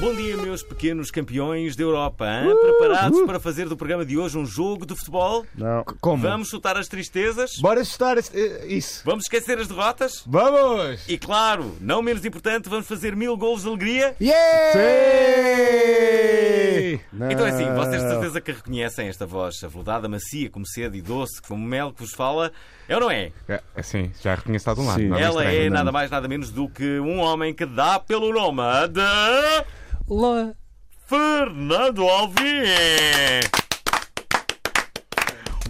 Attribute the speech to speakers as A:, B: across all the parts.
A: Bom dia, meus pequenos campeões da Europa. hã? Preparados para fazer do programa de hoje um jogo de futebol?
B: Hum.
C: Não.
B: Como?
A: Vamos chutar as tristezas?
B: Bora chutar esse- eh, isso.
A: Vamos esquecer as derrotas?
B: Vamos!
A: E claro, não menos importante, vamos fazer mil gols de alegria?
B: Yeah!
C: Não.
A: Então é assim, vocês
B: Ah.
A: de certeza que reconhecem esta voz aveludada, macia, como sede e doce, como mel que vos fala. É ou não é?
D: É, é, sim, já reconheço de algum lado.
C: Sim.
D: não
A: Ela
D: estranho,
A: é
D: não.
A: nada mais, nada menos do que um homem que dá pelo nome de...
C: Lá.
A: Fernando Alvim.
D: bem,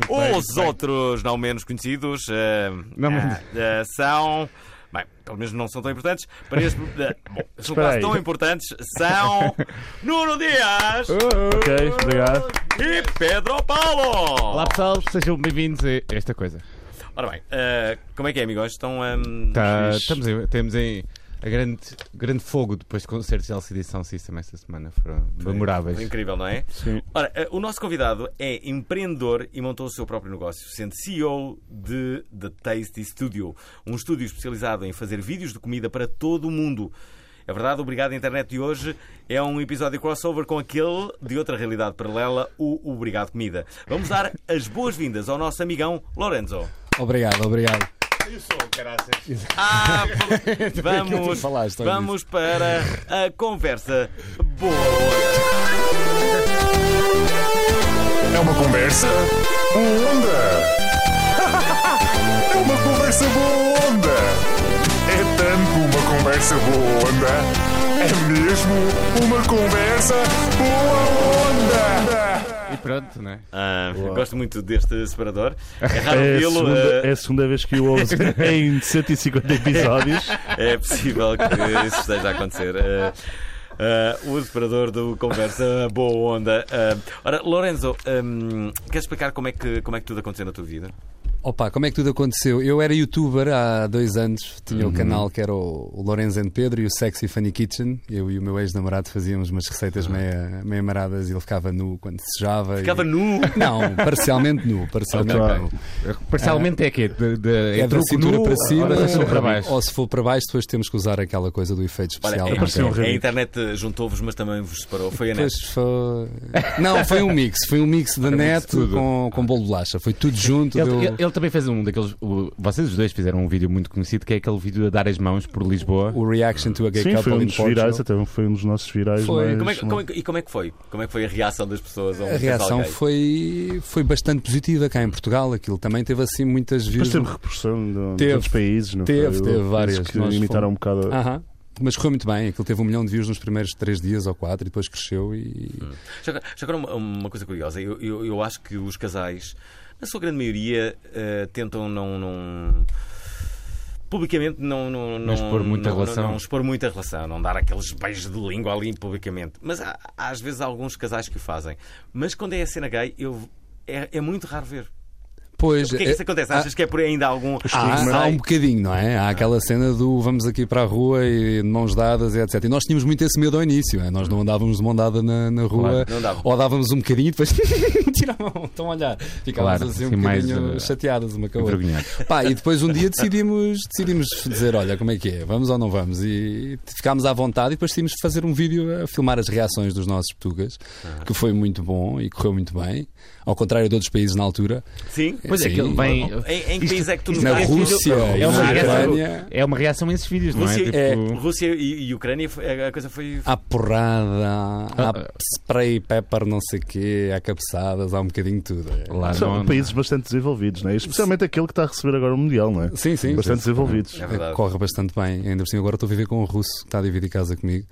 A: Os
D: muito bem.
A: outros, não menos conhecidos, eh,
D: Não
A: ah,
D: menos.
A: eh, são. Bem, pelo menos não são tão importantes. Para este, eh, bom, são
C: Espera
A: quase
C: aí.
A: tão importantes. São Nuno Dias
D: Uh.
C: Ok, obrigado.
A: e Pedro Paulo.
D: Olá pessoal, sejam bem-vindos a esta coisa.
A: Ora bem, eh, como é que é, amigos? Estão. ehm,
D: Tá,
A: felizes?
D: estamos em, temos em a grande, grande fogo depois de concertos de LCD Sound System esta semana. Foram memoráveis.
A: Incrível, não é?
C: Sim.
A: Ora, eh, o nosso convidado é empreendedor e montou o seu próprio negócio, sendo CEO de The Tasty Studio, um estúdio especializado em fazer vídeos de comida para todo o mundo. É verdade, obrigado à internet de hoje. É um episódio crossover com aquele de outra realidade paralela, o Obrigado Comida. Vamos dar as boas-vindas ao nosso amigão Lorenzo.
E: Obrigado, obrigado.
A: Ah, por- vamos,
E: Falaste, olha
A: vamos para a conversa boa.
F: É uma conversa boa onda. É uma conversa boa onda. É tanto uma conversa boa onda. É mesmo uma conversa boa onda.
D: E pronto, né?
A: Ah, gosto muito deste separador. É raro
C: É a,
A: vê-lo.
C: segunda,
A: eh,
C: é a segunda vez que o ouves em 150 episódios.
A: É possível que isso esteja a acontecer. Eh, eh, o separador do Conversa Boa Onda. Eh, ora, Lorenzo, ehm, queres explicar como é, que, como é que tudo aconteceu na tua vida?
E: Opa, como é que tudo aconteceu? Eu era youtuber há dois anos, tinha o canal que era o, o Lorenzo and Pedro e o Sexy Funny Kitchen. Eu e o meu ex-namorado fazíamos umas receitas meia, meia maradas e ele ficava nu quando sejava.
A: Ficava
E: e...
A: nu.
E: Não, parcialmente nu, parcialmente
C: Ok.
E: nu.
D: Parcialmente é que de, de,
E: É da
D: truco
E: cintura
D: nu,
E: para cima
D: ou da cintura para baixo.
E: ou se for para baixo, depois temos que usar aquela coisa do efeito
A: Olha, é
E: especial.
A: a-
C: parecia um
A: a,
C: remix.
A: internet juntou-vos, mas também vos separou. Foi a net.
E: Pois foi... Não, foi um mix, foi um mix da net
D: tudo.
E: com, com bolo de bolacha, foi tudo junto.
D: Ele,
E: deu-
D: ele- ele também fez um daqueles. o- vocês os dois fizeram um vídeo muito conhecido que é aquele vídeo a dar as mãos por Lisboa.
E: O reaction to a gay
C: Sim,
E: couple
C: foi um
E: in
C: dos
E: Portugal.
C: virais, até foi um dos nossos virais. mais-
E: Foi.
A: Como é que- como é que- e como é que foi? Como é que foi a reação das pessoas? A
E: A reação foi, foi bastante positiva cá em Portugal. Aquilo também teve assim muitas views.
C: Depois teve é repercussão de um- de
E: Teve.
C: outros países, não
E: Teve,
C: foi?
E: teve
C: Eu-
E: várias.
C: penso Que
E: Nós
C: imitaram um bocado.
B: Ah,
C: a-
E: Aham. Mas correu muito bem. Aquilo teve um milhão de views nos primeiros três dias ou quatro e depois cresceu e.
A: Já agora- já agora uma, uma coisa curiosa, eu, eu, eu acho que os casais, na sua grande maioria, eh, tentam não. não- Publicamente não, não, não,
D: expor muita
A: não-
D: relação.
A: Não, não expor muita relação, não dar aqueles beijos de língua ali publicamente. Mas há, há, às vezes há alguns casais que o fazem. Mas quando é a cena gay, eu, é, é muito raro ver.
E: Pois. eh, ah,
A: Porquê é que isso acontece?
E: há-
A: Achas que é por ainda algum.
D: Ah,
E: Há, há um bocadinho, não é? Há aquela cena do vamos aqui para a rua e de mãos dadas e etc. E nós tínhamos muito esse medo ao início. é? Nós não andávamos de mão dada na, na rua,
A: Claro, não dava.
E: ou dávamos um bocadinho e depois tiravam, estão a olhar. Ficávamos
D: Claro,
E: assim um
D: assim, mais,
E: bocadinho
D: eh,
E: chateadas uma com a outra.
D: envergonhado.
E: Pá, e depois um dia decidimos, decidimos dizer: olha, como é que é? Vamos ou não vamos? E ficámos à vontade e depois decidimos fazer um vídeo a filmar as reações dos nossos portugas, que foi muito bom e correu muito bem, ao contrário de outros países na altura.
A: Sim?
D: Pois é,
E: Sim.
D: que ele vem.
A: Em, em que país é que tu
E: na
A: notaste?
E: Rússia e
D: É uma,
E: na
D: reação,
E: Ucrânia.
D: é uma reação a esses vídeos, não é?
A: Rússia,
D: Tipo-
A: Rússia e, e Ucrânia, foi- a coisa foi.
E: Há porrada, há
D: Ah,
E: spray, pepper, não sei o quê, há cabeçadas, há um bocadinho de tudo. é.
D: Lá
C: São
D: não-
C: países bastante desenvolvidos, não é? especialmente aquele que está a receber agora o Mundial, não é?
E: Sim, sim. Ah,
C: Bastante desenvolvidos.
A: É verdade.
E: Corre bastante bem. Ainda por cima, agora estou a viver com um russo que está a dividir casa comigo.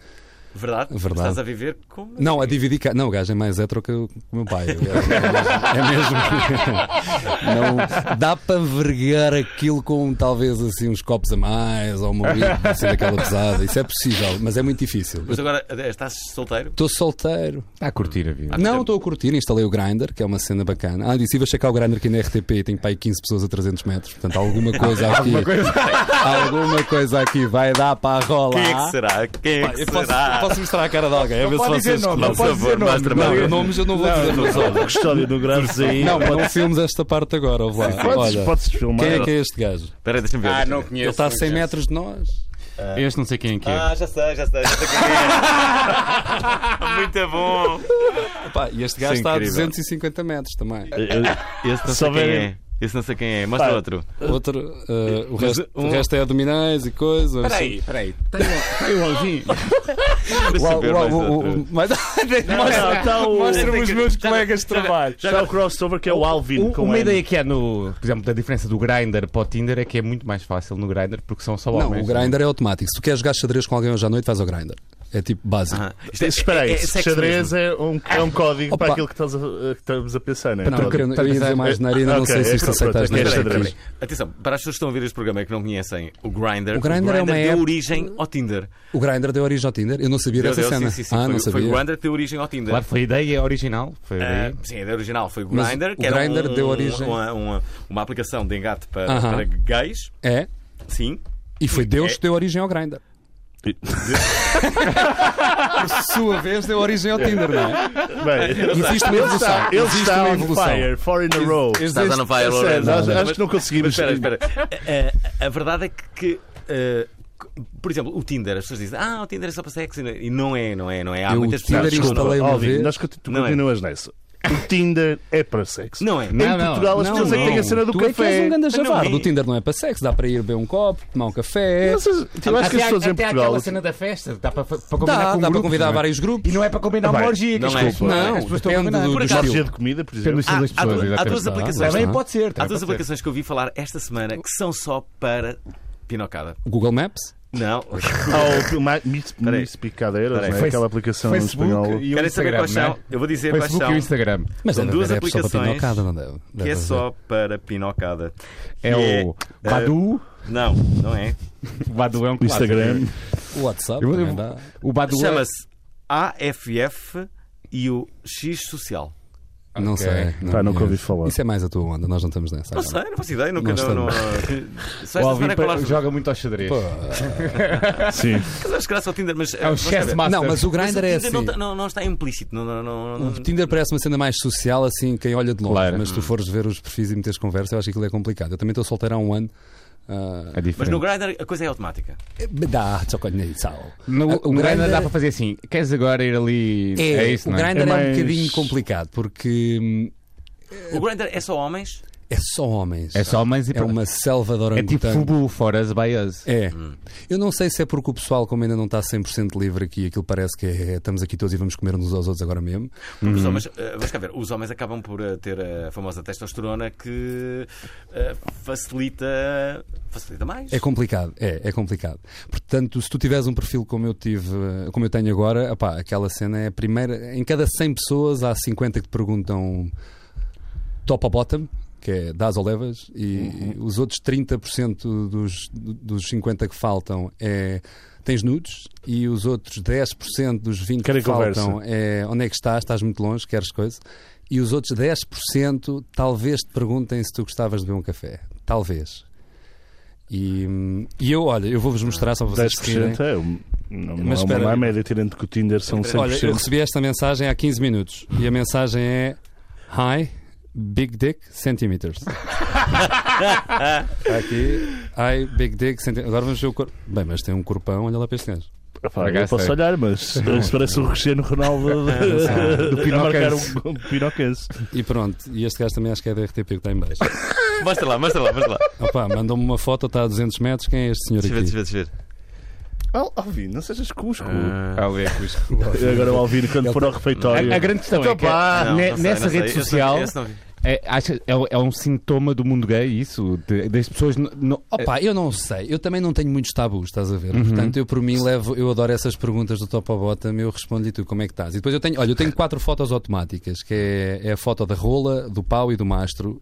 A: Verdade?
E: Verdade.
A: Estás a viver como.
E: Não, a dividir. ca- Não, o gajo é mais hétero que o que o meu pai. O gajo É mesmo. Não, dá para vergar aquilo com talvez assim uns copos a mais ou uma birra assim daquela pesada. Isso é possível, mas é muito difícil.
A: Mas agora eh, estás solteiro?
E: Estou solteiro.
D: Está a curtir a vida.
E: Não, estou a curtir. Instalei o Grindr, que é uma cena bacana. Ah, disse: vou checar o Grindr aqui na RTP e tenho para aí 15 pessoas a 300 metros. Portanto, alguma coisa aqui. alguma, coisa... aqui vai dar para rolar.
A: Quem é que será? Quem é que será?
E: Posso mostrar a cara de alguém? a ver se
B: pode dizer
E: vocês
B: nome, não
A: Por
B: pode dizer
A: favor, mais
B: nome.
A: trabalho.
E: nomes eu não vou dizer.
C: Mas olha, que história do Graves aí.
E: Não, não filmes esta parte agora, ouve lá.
C: podes,
E: Olha,
C: podes filmar.
E: quem é que é este gajo?
A: Espera aí, deixa-me ver.
G: Ah,
A: deixa-me
G: não
A: ver.
G: conheço.
E: Ele está a
G: não
E: 100
G: conheço.
E: metros de nós.
D: Este não sei quem é que é.
A: Ah, já sei, já sei, já sei quem é. Muito bom.
E: Pá, e este gajo
A: Isso é
E: está a
A: incrível.
E: 250 metros também.
A: Esse não sei
C: Só
A: quem
C: verem.
A: é. Esse não sei quem é. Mostra
C: Pá.
A: outro.
E: Outro, eh, o, resto, o resto é abdominais e coisas.
G: Peraí, peraí.
E: é-
A: Deixa-me ver mais
E: o- o-
A: outro.
E: o- mas
C: Mostra- tá o-
E: mostra-me os meus colegas de trabalho.
C: Está o crossover que é o Alvin.
D: O-
C: com
D: Um, uma
C: M.
D: ideia que há no. Por exemplo, da diferença do Grindr para o Tinder é que é muito mais fácil no Grindr porque são só
E: Não,
D: homens.
E: o Grindr é automático. Se tu queres jogar xadrez com alguém hoje à noite, vais ao Grindr. É tipo básico.
A: Ah, isto é-
C: Espera aí,
A: é- é
C: esse
A: sexo
C: xadrez é um, é um código
E: Opa.
C: para aquilo que, estás a, que estamos a pensar, né?
E: Não, eu, queria- eu ia dizer mais na arena, não
C: Ok,
E: sei se isto
C: pronto, ok,
E: aceitas nas
C: espera aí, espera
E: xadrez.
C: aí.
A: Atenção, para as pessoas que estão a ver este programa e que não conhecem o Grindr,
E: O Grindr é uma
A: deu
E: app-
A: origem ao Tinder.
E: O Grindr deu origem ao Tinder? Eu não sabia
A: Deu-
E: dessa
A: deu-
E: cena.
A: sim, sim, sim,
E: ah,
A: foi,
E: não
A: foi o
E: sabia.
A: Grindr que deu origem ao Tinder.
D: Claro, foi a ideia original. Foi
C: É.
D: a
A: Ah,
D: ideia.
A: sim, a ideia original foi o
E: Mas
A: Grindr,
E: o
A: que era
E: Grindr
A: um-
E: deu origem-
A: Uma, uma- uma aplicação de engate para,
E: Aham.
A: para gays.
E: É?
A: Sim.
E: E foi Deus que deu origem ao Grindr. Por sua vez, deu origem ao Tinder, não é?
C: Bem,
E: Existe uma evolução.
C: ele
E: Existe
C: está
E: uma
C: on
E: evolução.
C: fire, four in a row.
G: Estás a não vai a
C: É Sério,
G: Lourenço.
C: nós- acho
A: Mas-
C: que não conseguimos.
A: Mas espera, espera. A, a- a verdade é que, que, eh, por exemplo, o Tinder, as pessoas dizem, ah, o Tinder é só para sexo. E não é, não é, não é. Há
E: Eu
A: muitas
E: o Tinder
A: pessoas.
C: Desculpa,
E: instalei uma
C: Alvin,
E: vez.
C: Nós conti- tu
A: Não é.
C: continuas nessa. O Tinder é para sexo.
A: Não é.
C: Em
D: Não, não,
C: Portugal as
E: não,
C: pessoas é que
E: não.
C: têm a cena do
E: tu é que és
C: café. Ah,
E: um ganda
A: Mas não
E: javardo.
A: é.
E: O Tinder não é para sexo. Dá para ir beber um copo, tomar um café.
C: Não sei se- tipo, Eu acho que as pessoas em Portugal.
D: da festa, dá para,
E: Dá, dá para convidar um vários grupos.
D: não é para combinar
C: uma orgia,
A: Não é. desculpa.
E: Não,
D: As pessoas estão a
E: depende
D: combinar.
E: do,
A: Por
E: do
A: acaso,
C: Orgia
E: estilo.
C: de comida, por
D: Pelo
C: exemplo.
E: é
C: Ah,
D: estilo das
A: há,
D: pessoas.
A: duas- há
D: exatamente.
A: duas aplicações.
D: Também
E: Está.
D: pode ser.
A: Há duas
D: também pode ser.
A: aplicações que eu vi falar esta semana que são só para pinocada.
E: Google Maps?
A: Não.
C: Há ah, o Ma-
A: Peraí.
C: Miss Picadeiras,
A: Peraí.
C: não é?
D: Face-
C: aquela aplicação espanhola.
D: Facebook e o
A: Querem saber
D: Instagram.
A: quais são?
D: não é?
A: Eu vou dizer quais
D: Facebook e o
A: são.
D: Instagram.
E: Mas
A: São
E: deve
A: duas
E: haver, é só para
A: aplicações
E: pinocada, não deve?
A: Que
E: deve
A: é
E: haver.
A: só para pinocada.
D: É
A: Que
D: o
A: é,
D: Badu.
A: Não, não é.
D: Badu é um clássico.
C: Instagram.
E: O WhatsApp?
D: Eu vou-
E: também dá.
D: O Badu é-
A: Chama-se AFF e o X Social.
E: Não
D: Ok.
E: sei.
C: Pá, nunca ouvi
E: conheço.
C: falar.
E: Isso é mais a tua onda, nós não estamos nessa.
A: Não
E: agora.
A: sei, não faço ideia. Nunca
E: Não
A: não. não, Só
D: O
A: esta
D: Alvin
A: semana que falaste.
D: joga muito ao xadrez. um
C: Sim.
A: Mas acho que graças ao Tinder, mas.
D: É o chess master.
E: Não, mas
A: Mas
E: o
A: o
E: Grindr
A: Tinder
E: é assim.
A: não, tá- não, não está implícito. Não, não, não, não,
E: O Tinder parece uma cena mais social, assim, quem olha de longe.
D: Claro.
E: Mas se tu fores ver os perfis e meteres conversa, eu acho que aquilo é complicado. Eu também estou solteiro há um ano. Ah,
D: É diferente.
A: Mas no Grindr a coisa é automática.
E: dá, chocolate e sal.
D: tipo- No,
E: Ah,
D: o Grindr dá
E: Grindr-
D: para fazer assim. Queres agora ir ali?
E: É,
D: É, isso,
E: o
D: não é?
E: Grindr é,
C: É mais-
E: um bocadinho complicado porque hum,
A: O Grindr é só homens.
E: é só homens.
D: É só homens e
E: É uma selva de
D: É tipo
E: orangotango.
D: Fubu for us by us.
E: É.
A: Hum.
E: Eu não sei se é porque o pessoal, como ainda não está 100% livre aqui, aquilo parece que é, estamos aqui todos e vamos comer uns aos outros agora mesmo.
A: Porque os homens. eh, vamos cá ver. Os homens acabam por eh, ter a famosa testosterona que eh, facilita. Facilita mais.
E: É complicado, é, é complicado. Portanto, se tu tiveres um perfil como eu tive, eh, como eu tenho agora, opá, aquela cena é a primeira. Em cada 100 pessoas há 50 que te perguntam top ou bottom, que é das ou levas, e
C: Uhum.
E: os outros 30% dos, dos 50 que faltam é tens nudes, e os outros 10% dos 20
C: Querem
E: que faltam
C: conversa.
E: é onde é que estás, estás muito longe, queres coisa. E os outros 10% talvez te perguntem se tu gostavas de beber um café. Talvez. E, hum, e eu, olha, eu vou-vos mostrar só para vocês se rirem.
C: 10% é. um- Não, não
E: Mas
C: há uma
E: espera.
C: má média, tirando que o Tinder são 100%.
E: Olha, eu recebi esta mensagem há 15 minutos e a mensagem é Hi, Big Dick Centimeters. Está aqui, Hi, Big Dick Centimeters. Agora vamos ver o corpo. Bem, mas tem um corpão, olha lá para este gajo.
C: Epá, eu
D: Obrigado,
C: posso
D: sério.
C: olhar, mas isso parece o Cristiano Ronaldo do marcar
D: Pinocanse.
C: um, um Pinocanse.
E: E pronto, e este gajo também acho que é da RTP que está em baixo.
A: Mostra lá, mostra lá, mostra lá.
E: Opa, mandou-me uma foto, está a 200 metros. Quem é este senhor
A: Deixa eu ver,
E: aqui?
A: deixa eu ver, deixa eu ver.
C: Al- Alvin, não sejas cusco.
D: Ali, pois.
C: Agora o Alvin, quando for ao refeitório.
D: A, a grande questão é
C: Então
D: que
C: pá,
A: Não,
D: ne-
A: não sei,
D: nessa
A: não sei.
D: rede
A: Esse não-
D: social
A: esse não vi.
D: É, acha- é, é um sintoma do mundo gay, isso? De- das pessoas. no- no-
E: Opa, eu não sei. Eu também não tenho muitos tabus, estás a ver?
C: Uhum.
E: Portanto, eu por mim levo, eu adoro essas perguntas do Top ao Bottom, eu respondo-lhe tu como é que estás. E depois eu tenho, olha, eu tenho quatro fotos automáticas, que é, é a foto da rola, do pau e do mastro.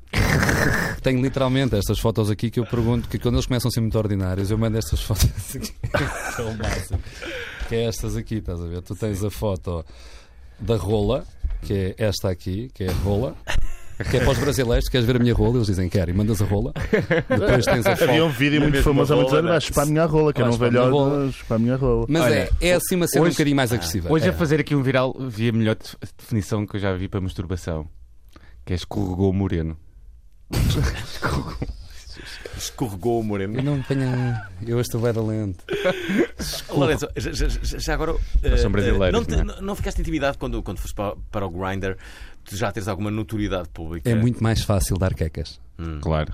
E: tenho literalmente estas fotos aqui que eu pergunto, que quando eles começam a ser muito ordinários, eu mando estas fotos aqui. que é o máximo. Que é estas aqui, estás a ver? Tu tens a foto da rola, que é esta aqui, que é a rola. Que é para os brasileiros, queres ver a minha rola? Eles dizem querem, mandas a rola. Depois tens a foto.
C: Havia um vídeo muito
A: mesma
C: famoso há muitos
A: rola,
C: anos,
A: né?
C: "Ah, chupa a minha rola, que era
E: Ah,
C: um
E: chupa a minha rola.
C: velhote, chupa a minha rola.
E: Mas
D: Olha,
E: é, é assim uma cena
D: hoje-
E: um bocadinho mais agressiva.
D: Hoje
E: é.
D: a fazer aqui um viral vi a melhor def- definição que eu já vi para masturbação. Que é escorregou o moreno.
A: Escorregou o
E: Eu
A: Moreno.
E: não tenho. Eu hoje estou bem da lente.
A: Lorenzo, já, já- já- já agora. eh,
D: são
A: eh,
D: brasileiros,
A: não, te-
D: não é?
A: não- não ficaste intimidado quando, quando foste para, para o Grindr? Tu já tens alguma notoriedade pública?
E: É muito mais fácil dar quecas.
D: Hum. Claro.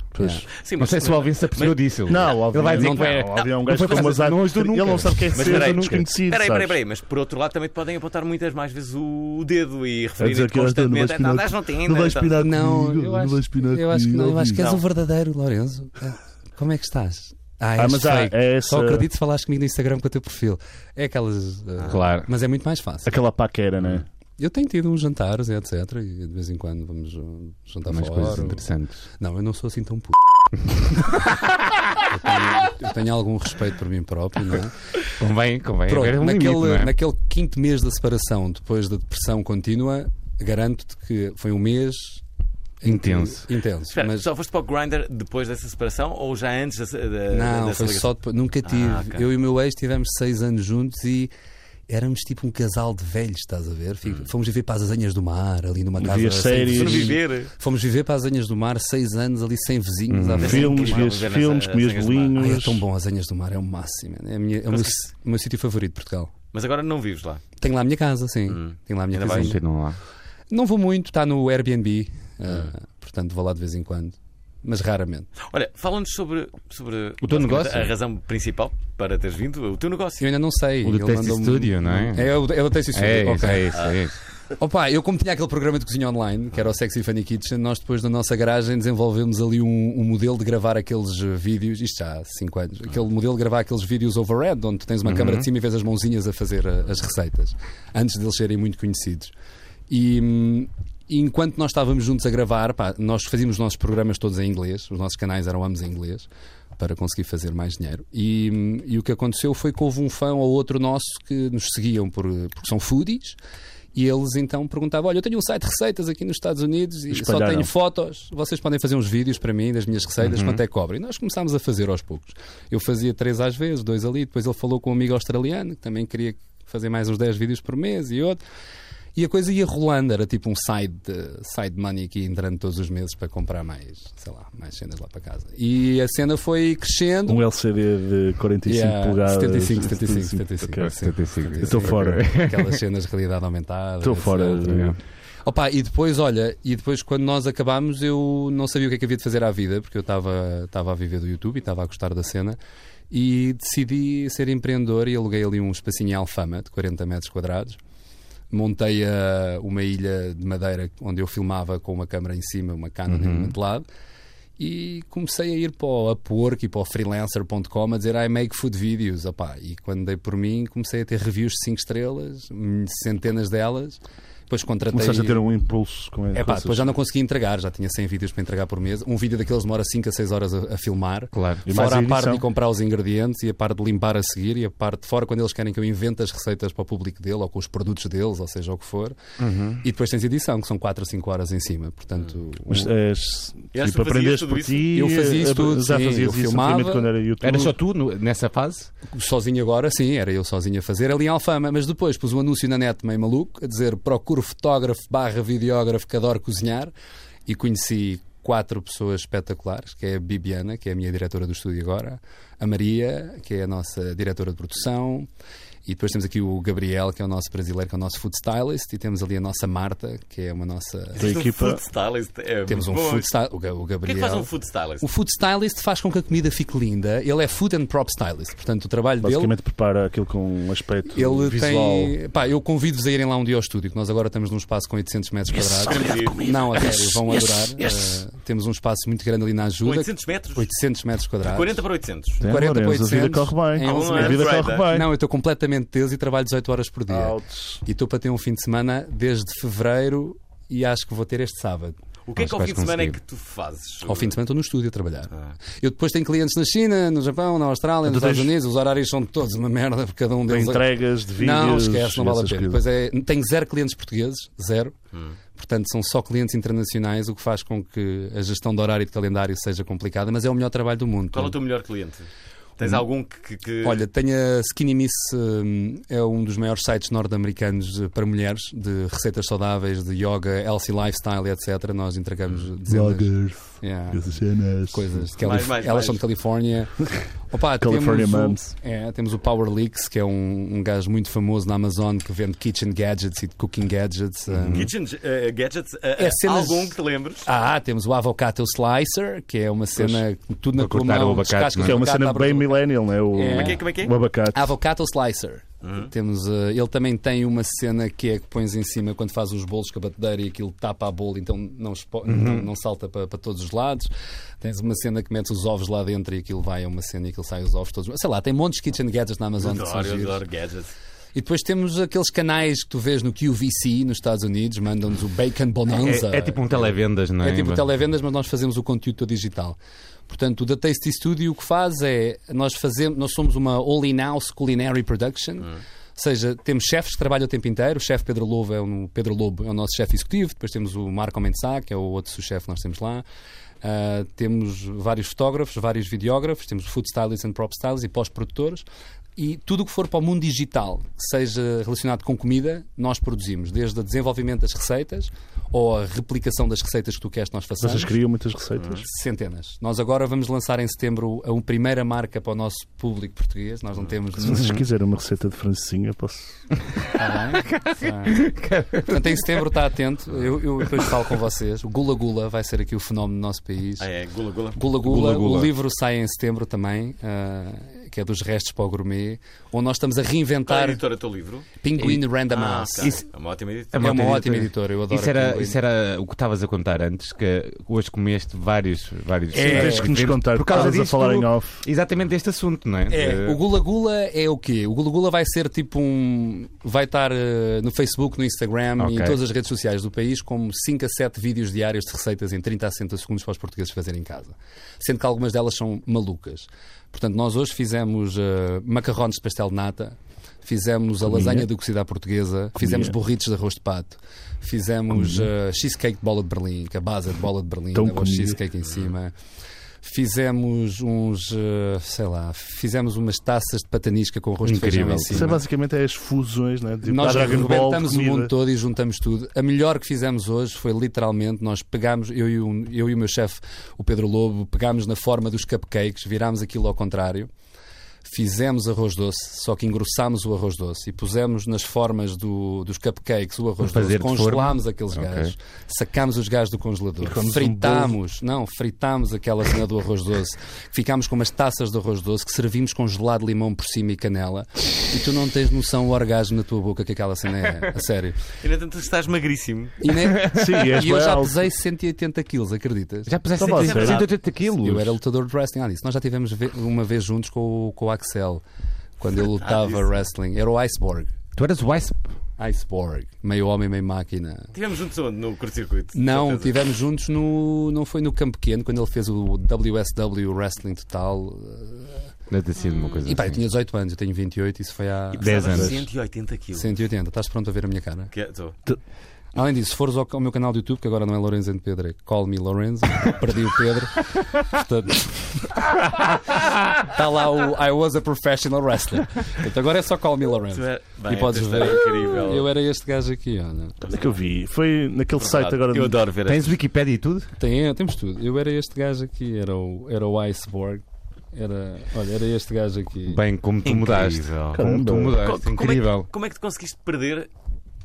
A: Sim,
D: Não sei se o Alvin se apercebeu
A: mas-
D: disso.
C: Não, óbvio,
D: Ele vai dizer
C: não,
D: que vai-
C: não, óbvio, é um
D: não
C: gajo
D: foi
C: com umas
D: fazer
C: artes.
D: nojo
C: Ele
D: nunca.
C: não sabe quem é que
A: Mas
C: seja,
A: peraí,
C: é um
A: Peraí,
C: desconhecido.
A: peraí,
C: sabes?
A: peraí, mas por outro lado também te podem apontar muitas mais vezes o o dedo e
C: A
A: referir
C: dizer que eu estou no
A: constantemente. "Ah,
C: Vasco
A: não,
C: Pinal-
A: dás não tem
C: Não
A: ainda.
C: vais
A: então."
C: pinar
E: Não,
C: comigo,
E: eu
C: não
E: acho-
C: vais pinar
E: Eu acho que não, eu acho que és
A: Não.
E: o verdadeiro Lourenço. Ah, Como é que estás? Ah,
C: Ah,
E: és
C: mas há
E: fake.
C: essa-
E: Só acredito se falares comigo no Instagram com o teu perfil. É aquelas. ah,
D: Claro.
E: Mas é muito mais fácil.
C: Aquela paquera, né?
E: Eu tenho tido uns jantares, etc. E de vez em quando vamos uh, jantar
D: Umas
E: fora.
D: coisas
E: ou-
D: interessantes.
E: Não, eu não sou assim tão puto. eu, tenho, eu tenho algum respeito por mim próprio, não é?
D: Convém, convém.
E: Pronto,
D: haver um
E: naquele,
D: limite, não é?
E: naquele quinto mês da separação, depois da depressão contínua, garanto-te que foi um mês em que-
D: Intenso.
E: intenso.
A: Espera,
E: mas
A: só foste para o Grindr depois dessa separação ou já antes dessa, da,
E: não,
A: dessa ligação?
E: foi
A: Ah,
E: só depois. Nunca tive.
A: ok.
E: Eu e o meu ex tivemos seis anos juntos e éramos tipo um casal de velhos, estás a ver? Fico-
D: Hum.
E: Fomos viver para as azanhas do mar, ali numa casa.
C: Via
E: sem
C: séries.
E: vizinhos.
A: Sobreviver.
E: Fomos viver para as anhas do mar, seis anos ali sem vizinhos.
D: Hum.
E: à frente.
C: Filmes,
A: incrível
C: vias
A: ver
C: filmes,
A: nessa-
C: comias
A: nessa gasolina.
E: Ai, é
C: bolinhos.
E: tão bom, as anhas do mar é o máximo. man. É, a minha- é o meu, si- o meu sítio favorito de Portugal.
A: Mas agora não vives lá.
E: Tenho lá a minha casa, sim.
A: Hum.
E: Tenho lá a minha
A: Ainda
E: casa.
A: vais?
D: Continuam lá.
E: Não vou muito, está no Airbnb, ah, portanto vou lá de vez em quando, mas raramente.
A: Olha, falando sobre, sobre
D: O teu negócio?
A: a razão principal para teres vindo, o teu negócio.
E: Eu ainda não sei.
D: O do
E: ele
D: Tasty
E: mandou-me-
D: Studio, não é?
E: É, o- é o Tasty Studio.
D: É isso,
E: ok.
D: é isso, é isso.
E: Opa, eu como tinha aquele programa de cozinha online, que era o Sexy Funny Kitchen, nós depois da nossa garagem desenvolvemos ali um, um modelo de gravar aqueles eh, vídeos, isto já há 5 anos, aquele modelo de gravar aqueles vídeos overhead, onde tu tens uma
D: Uhum.
E: câmara de cima e vês as mãozinhas a fazer eh, as receitas, antes deles serem muito conhecidos. E, hum, e enquanto nós estávamos juntos a gravar, pá, nós fazíamos os nossos programas todos em inglês, os nossos canais eram ambos em inglês. Para conseguir fazer mais dinheiro. E, hum, e o que aconteceu foi que houve um fã ou outro nosso que nos seguiam por, porque são foodies e eles então perguntavam: Olha, eu tenho um site de receitas aqui nos Estados Unidos e só
C: Espalharam.
E: tenho fotos. Vocês podem fazer uns vídeos para mim das minhas receitas, quanto é que cobrem? Nós começámos a fazer aos poucos. Eu fazia três às vezes, dois ali. Depois ele falou com um amigo australiano que também queria fazer mais uns 10 vídeos por mês e outro. E a coisa ia rolando, era tipo um side, eh, side money que ia entrando todos os meses para comprar mais, sei lá, mais cenas lá para casa. E a cena foi crescendo.
C: Um LCD de 45
E: Yeah,
C: polegadas. assim.
E: 75, 75, 75.
C: Ok.
E: Sim,
D: 75.
C: Eu estou fora.
E: Aquelas cenas de realidade aumentada.
C: Estou
E: etc.
C: fora.
E: Opa, e depois, olha, e depois quando nós acabámos, eu não sabia o que é que havia de fazer à vida, porque eu estava estava a viver do YouTube e estava a gostar da cena, e decidi ser empreendedor e aluguei ali um espacinho em Alfama, de 40 metros quadrados. Montei ah, uma ilha de madeira onde eu filmava com uma câmera em cima, uma Canon em
C: Uhum.
E: cima de lado. E comecei a ir para o Upwork e para o freelancer.com a dizer I make food videos. Opá, e quando dei por mim, comecei a ter reviews de 5 estrelas, hum, centenas delas. Depois contratei.
C: Começaste a ter um impulso com ele.
E: É pá, depois já não consegui entregar, já tinha 100 vídeos para entregar por mês. Um vídeo daqueles demora 5 a 6 horas a, a filmar.
D: Claro.
C: E mais
E: Fora
C: a
E: a parte
C: edição.
E: de comprar os ingredientes e a parte de limpar a seguir e a parte fora quando eles querem que eu invente as receitas para o público dele ou com os produtos deles, ou seja, o que for. E depois tens edição, que são 4 a 5 horas em cima. Portanto,
C: Uhum. Mas
E: o-
C: és,
A: E acho que
C: tipo,
A: tu fazias
C: aprendeste
A: tudo
C: por
A: isso?
C: ti.
E: Eu fazia isso
C: eh,
E: tudo,
C: Já
E: sim, eu
C: fazias isso
E: filmava.
C: antigamente quando era
E: Ah.
C: YouTube.
D: Era só tu no- nessa fase?
E: sozinho agora, sim, era eu sozinho a fazer ali em Alfama, mas depois pus um anúncio na net meio maluco a dizer procuro fotógrafo barra videógrafo que adoro cozinhar e conheci quatro pessoas espetaculares, que é a Bibiana, que é a minha diretora do estúdio agora, a Maria, que é a nossa diretora de produção, E depois temos aqui o Gabriel, que é o nosso brasileiro, que é o nosso food stylist, e temos ali a nossa Marta, que é uma nossa.
C: Da equipa.
A: Food stylist. um É
E: Temos um
A: muito bom.
E: food stylist. O Ga- o
A: O que é
E: Gabriel.
A: que faz um food stylist?
E: O food stylist faz com que a comida fique linda. Ele é food and prop stylist. Portanto, o trabalho dele.
C: Basicamente prepara aquilo com um aspecto
E: Ele
C: visual.
E: tem. Pá, eu convido-vos a irem lá um dia ao estúdio, que nós agora estamos num espaço com 800 metros quadrados.
A: é
E: Não, a sério, vão adorar. Uh, temos um espaço muito grande ali na
A: Com
E: ajuda.
A: 800 metros?
E: 800 metros quadrados.
A: 40 para 800.
C: Tem,
E: 40 para
C: É, Lourenço, a vida
E: 800,
C: corre bem.
E: em onze
C: a vida
A: meses.
C: corre bem.
E: É um Não, eu estou completamente teso e trabalho 18 horas por dia.
C: Outs.
E: E estou para ter um fim de semana desde fevereiro e acho que vou ter este sábado.
A: O que é que
D: Acho
A: ao
D: que
A: fim de
D: vais
A: semana é que
D: conseguir.
A: tu fazes?
E: Ao fim de semana estou no estúdio a trabalhar.
A: Ah.
E: Eu depois tenho clientes na China, no Japão, na Austrália, nos
C: Então
E: Estados
C: Tá. tens-
E: Unidos. Os horários são todos uma merda, porque cada um
C: De
E: deles.
C: entregas, de vídeos.
E: Não, esquece, não vale a
C: essas
E: pena.
C: coisas. Hum.
E: Pois é, tenho zero clientes portugueses, zero. Portanto, são só clientes internacionais, o que faz com que a gestão de horário e de calendário seja complicada, mas é o melhor trabalho do mundo.
A: Qual é o teu melhor cliente? Tens algum que. que- que-
E: Hum. Olha, tem a Skinny Miss, hum, é um dos maiores sites norte-americanos eh, para mulheres, de receitas saudáveis, de yoga, healthy lifestyle, etc. Nós
C: Hum.
E: entregamos dezenas.
C: Bloggers,
E: Yeah.
C: essas cenas.
E: Coisas de
A: Mais,
E: Calif-
A: mais,
E: Elas
A: mais.
E: são de Califórnia. Opa,
C: California
E: temos
C: Mums.
E: O, é, temos o Power Leaks, que é um, um gajo muito famoso na Amazon que vende kitchen gadgets e cooking gadgets. hum.
A: Kitchen eh, Gadgets? eh,
E: É cenas-
A: Algum que te lembres?
E: Ah, temos o Avocado Slicer, que é uma cena tudo na
D: para
E: tua
D: cortar
E: mão.
D: o abacate,
E: descascas
D: não
C: Que é uma
E: abacate,
C: cena
E: abres
C: bem
E: o-
C: millennial, né? O,
E: É. Como é
A: que é, como é que é?
C: o abacate.
E: Avocado Slicer. Temos, eh, ele também tem uma cena que é que pões em cima quando faz os bolos com a batedeira e aquilo tapa a bola, então não, espo- não, não salta para, para todos os lados. Tens uma cena que metes os ovos lá dentro e aquilo vai a uma cena e aquilo sai os ovos todos. Sei lá, tem montes de kitchen gadgets na Amazon que são
A: Adoro, eu
E: giros.
A: adoro gadgets.
E: E depois temos aqueles canais que tu vês no QVC nos Estados Unidos, mandam-nos o Bacon Bonanza.
D: É, é tipo um televendas, não é?
E: É tipo televendas, mas nós fazemos o conteúdo todo digital. Portanto, o da Tasty Studio o que faz é nós fazemos, nós somos uma all-in-house culinary production. Ou seja, temos chefes que trabalham o tempo inteiro. O chefe Pedro Lobo é, um, Pedro Lobo é o nosso chefe executivo. Depois temos o Marco Mensah, que é o outro sous-chefe que nós temos lá. Ah, temos vários fotógrafos, vários videógrafos. Temos food stylists and prop stylists e pós-produtores. E tudo o que for para o mundo digital, que seja relacionado com comida, nós produzimos. Desde o desenvolvimento das receitas ou a replicação das receitas que tu queres que nós façamos.
C: Vocês criam muitas receitas.
E: Centenas. Nós agora vamos lançar em setembro a uma primeira marca para o nosso público português. Nós não
A: Ah.
E: temos.
C: Se vocês quiserem uma receita de francesinha, posso.
E: Está bem? Está. Portanto, em setembro está atento.
A: Ah.
E: Eu, eu depois falo com vocês. O Gula Gula vai ser aqui o fenómeno do nosso país.
A: Ah, é, gula, gula.
E: Gula Gula,
D: Gula Gula.
E: o livro sai em setembro também, ah, que é dos restos para o gourmet, onde nós estamos a
A: Qual é a
E: reinventar
A: editora do teu livro?
E: Pinguim Random
A: Ah,
E: House.
A: ok. É uma ótima editora.
E: É uma
D: Ótima editora.
E: ótima editora, eu adoro.
D: Isso era,
E: Penguin.
D: isso era o que estavas a contar antes, que hoje comeste vários. vários
E: É,
D: eh,
C: Sim, tens É, que nos
D: eventos
C: contar,
D: Por causa
C: estavas a
D: disto,
C: falar em off.
D: Exatamente deste assunto, não é?
E: É,
D: Eh,
E: o Gula Gula é o quê? O Gula Gula vai ser tipo um. Vai estar eh, no Facebook, no Instagram e em
D: Ok.
E: todas as redes sociais do país, como 5 a 7 vídeos diários de receitas em 30 a 60 segundos para os portugueses fazerem em casa. Sendo que algumas delas são malucas. Portanto, nós hoje fizemos eh, macarrones de pastel de nata. Fizemos a lasanha de cozida à portuguesa, fizemos burritos de arroz de pato, fizemos eh, cheesecake de bola de Berlim, que a base é de bola de Berlim,
C: Tão
E: com
C: comia.
E: cheesecake em cima. Fizemos uns, eh, sei lá, fizemos umas taças de patanisca com arroz
D: Incrível.
E: de
C: Isso é
E: feijão em cima.
C: basicamente é as fusões, né? Tipo,
E: Nós
C: há Dragon Ball,
E: arrebentamos o
C: comida.
E: mundo todo e juntamos tudo. A melhor que fizemos hoje foi literalmente, nós pegámos, eu e, o, eu e o meu chefe, o Pedro Lobo, pegámos na forma dos cupcakes, virámos aquilo ao contrário, fizemos arroz doce, só que engrossámos o arroz doce e pusemos nas formas do- dos cupcakes o arroz doce,
D: fazer de forma?
E: congelámos aqueles
D: Ok.
E: gajos, sacámos os gajos do congelador,
C: comes um
E: fritámos, não, fritámos aquela cena do arroz doce, ficámos com umas taças de arroz doce que servimos com gelado de limão por cima e canela e tu não tens noção o orgasmo na tua boca que aquela cena é, a sério.
A: E, no entanto, estás magríssimo.
E: E, nem-
C: Sim, e és
E: e eu
C: bem
E: já
C: alto.
E: pesei 180 quilos, acreditas?
D: Já puseste
C: Então,
D: 180
C: vocês-
D: 180 quilos.
E: Eu era lutador de wrestling. Ah, disse. Nós já tivemos ve- uma vez juntos com o, com o Axel, quando
C: Ah,
E: ele lutava wrestling. Era o Iceborg.
D: Tu eras o Ice.
E: Iceborg. Meio homem, meio máquina.
A: Tivemos juntos onde? No curto-circuito?
E: Não,
A: Certeza.
E: tivemos juntos no. Não foi no Campo Pequeno, quando ele fez o WSW Wrestling Total.
D: Deve ter sido uma coisa.
E: E pá, eu
D: assim.
E: tinha 18 anos, eu tenho 28, isso foi há.
A: E
D: Dez
A: pesavas
D: anos.
A: 180 quilos.
E: 180, estás pronto a ver a minha cara?
A: Que é- tô.
E: Além disso, se fores ao, ao meu canal do YouTube, que agora não é Lorenzo and Pedro, é Call Me Lorenzo, perdi o Pedro. Portanto, está lá o I was a professional wrestler. Portanto, agora é só Call Me Lorenzo.
A: Tu é- Bem,
E: E podes
A: esta
E: ver.
A: história é incrível.
E: Eu era este gajo aqui, olha.
C: Onde é que eu vi? Foi naquele site agora.
A: Eu
C: de-
A: adoro ver
D: Tens Wikipédia e tudo?
E: Tem, temos tudo. Eu era este gajo aqui, era o, era o Iceborg. Era, olha, era este gajo aqui.
D: Bem, como tu mudaste.
F: Incrível.
D: Como tu
F: Caramba.
A: Co-
D: mudaste.
A: como, é
D: Incrível.
A: que, como é que te conseguiste perder,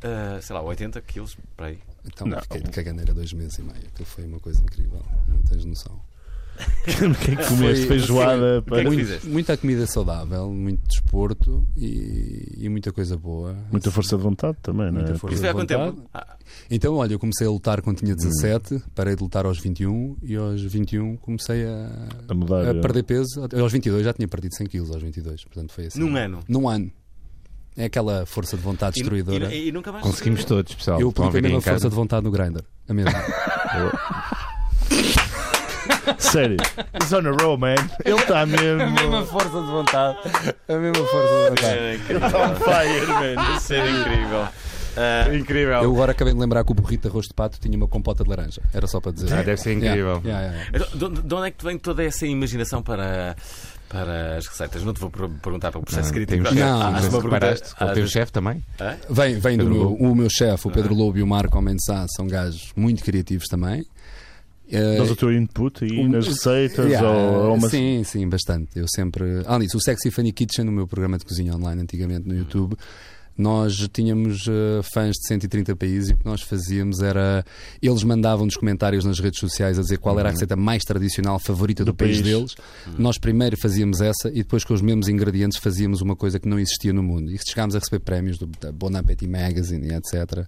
A: ah, sei lá, 80 quilos? Para aí.
E: Então
C: Não.
E: fiquei de caganeira dois meses e meio. Aquilo foi uma coisa incrível. Não tens noção.
C: O que é
A: Um
C: que comeste?
E: Foi- assim,
C: Feijoada?
A: O que é que
C: pá,
A: fizeste?
E: Muita comida saudável, muito desporto e, e muita coisa boa.
C: Muita força de vontade também, não é?
E: Muita força.
A: Isso foi há quanto
E: vontade.
A: tempo? Hum. Ah,
E: Então, olha, eu comecei a lutar quando tinha 17, parei de lutar aos 21 e aos 21 comecei a,
C: A mudar. eh,
E: a perder peso. Aos 22 já tinha perdido 100 quilos, aos 22. Portanto, foi assim.
A: num ano.
E: Num ano. É aquela força de vontade
A: E-
E: destruidora.
A: E, e nunca mais.
D: Conseguimos todos, pessoal.
E: Eu
D: Estão a ver
E: apliquei a
D: aí em
E: mesma
D: casa.
E: força de vontade no grinder. A mesma.
C: Sério. He's on a roll, man. Ele
E: É
C: está mesmo.
E: força de vontade. A mesma força de vontade.
A: Era É incrível. Tá fire, man. Isso era incrível. Ah,
D: Incrível.
E: Eu agora acabei de lembrar que o burrito de arroz de pato tinha uma compota de laranja. Era só para dizer.
D: Ah, deve ser incrível.
E: Yeah, yeah, yeah.
A: Então, De de onde é que te vem toda essa imaginação para, para as receitas? Não te vou per- perguntar pelo processo crítico. Ah,
D: Temos
E: Não,
D: chefe.
E: Ah, não,
D: Mas
E: não.
A: Uma pergunta-
D: reparaste,
A: às
D: O teu
A: vezes-
D: chefe também?
E: Vem, vem do
D: Pedro
E: meu,
D: Lobo. Ah.
E: o meu chefe, o Pedro Lobo e o Marco Almeida Sá, são gajos muito criativos também. Eh,
C: Dás o teu input e
E: Um-
C: nas receitas
E: Yeah,
C: ou, ou uma.
E: Sim, sim, bastante. Eu sempre. Ah, nisso, o Sexy Funny Kitchen, no meu programa de cozinha online antigamente no YouTube, nós tínhamos eh, fãs de 130 países e o que nós fazíamos era. Eles mandavam-nos comentários nas redes sociais a dizer qual era a receita mais tradicional, favorita do,
C: Uhum. Do
E: país,
C: país. Uhum.
E: deles. Nós primeiro fazíamos essa e depois com os mesmos ingredientes fazíamos uma coisa que não existia no mundo. E chegámos a receber prémios do da Bon Appetit Magazine e etc.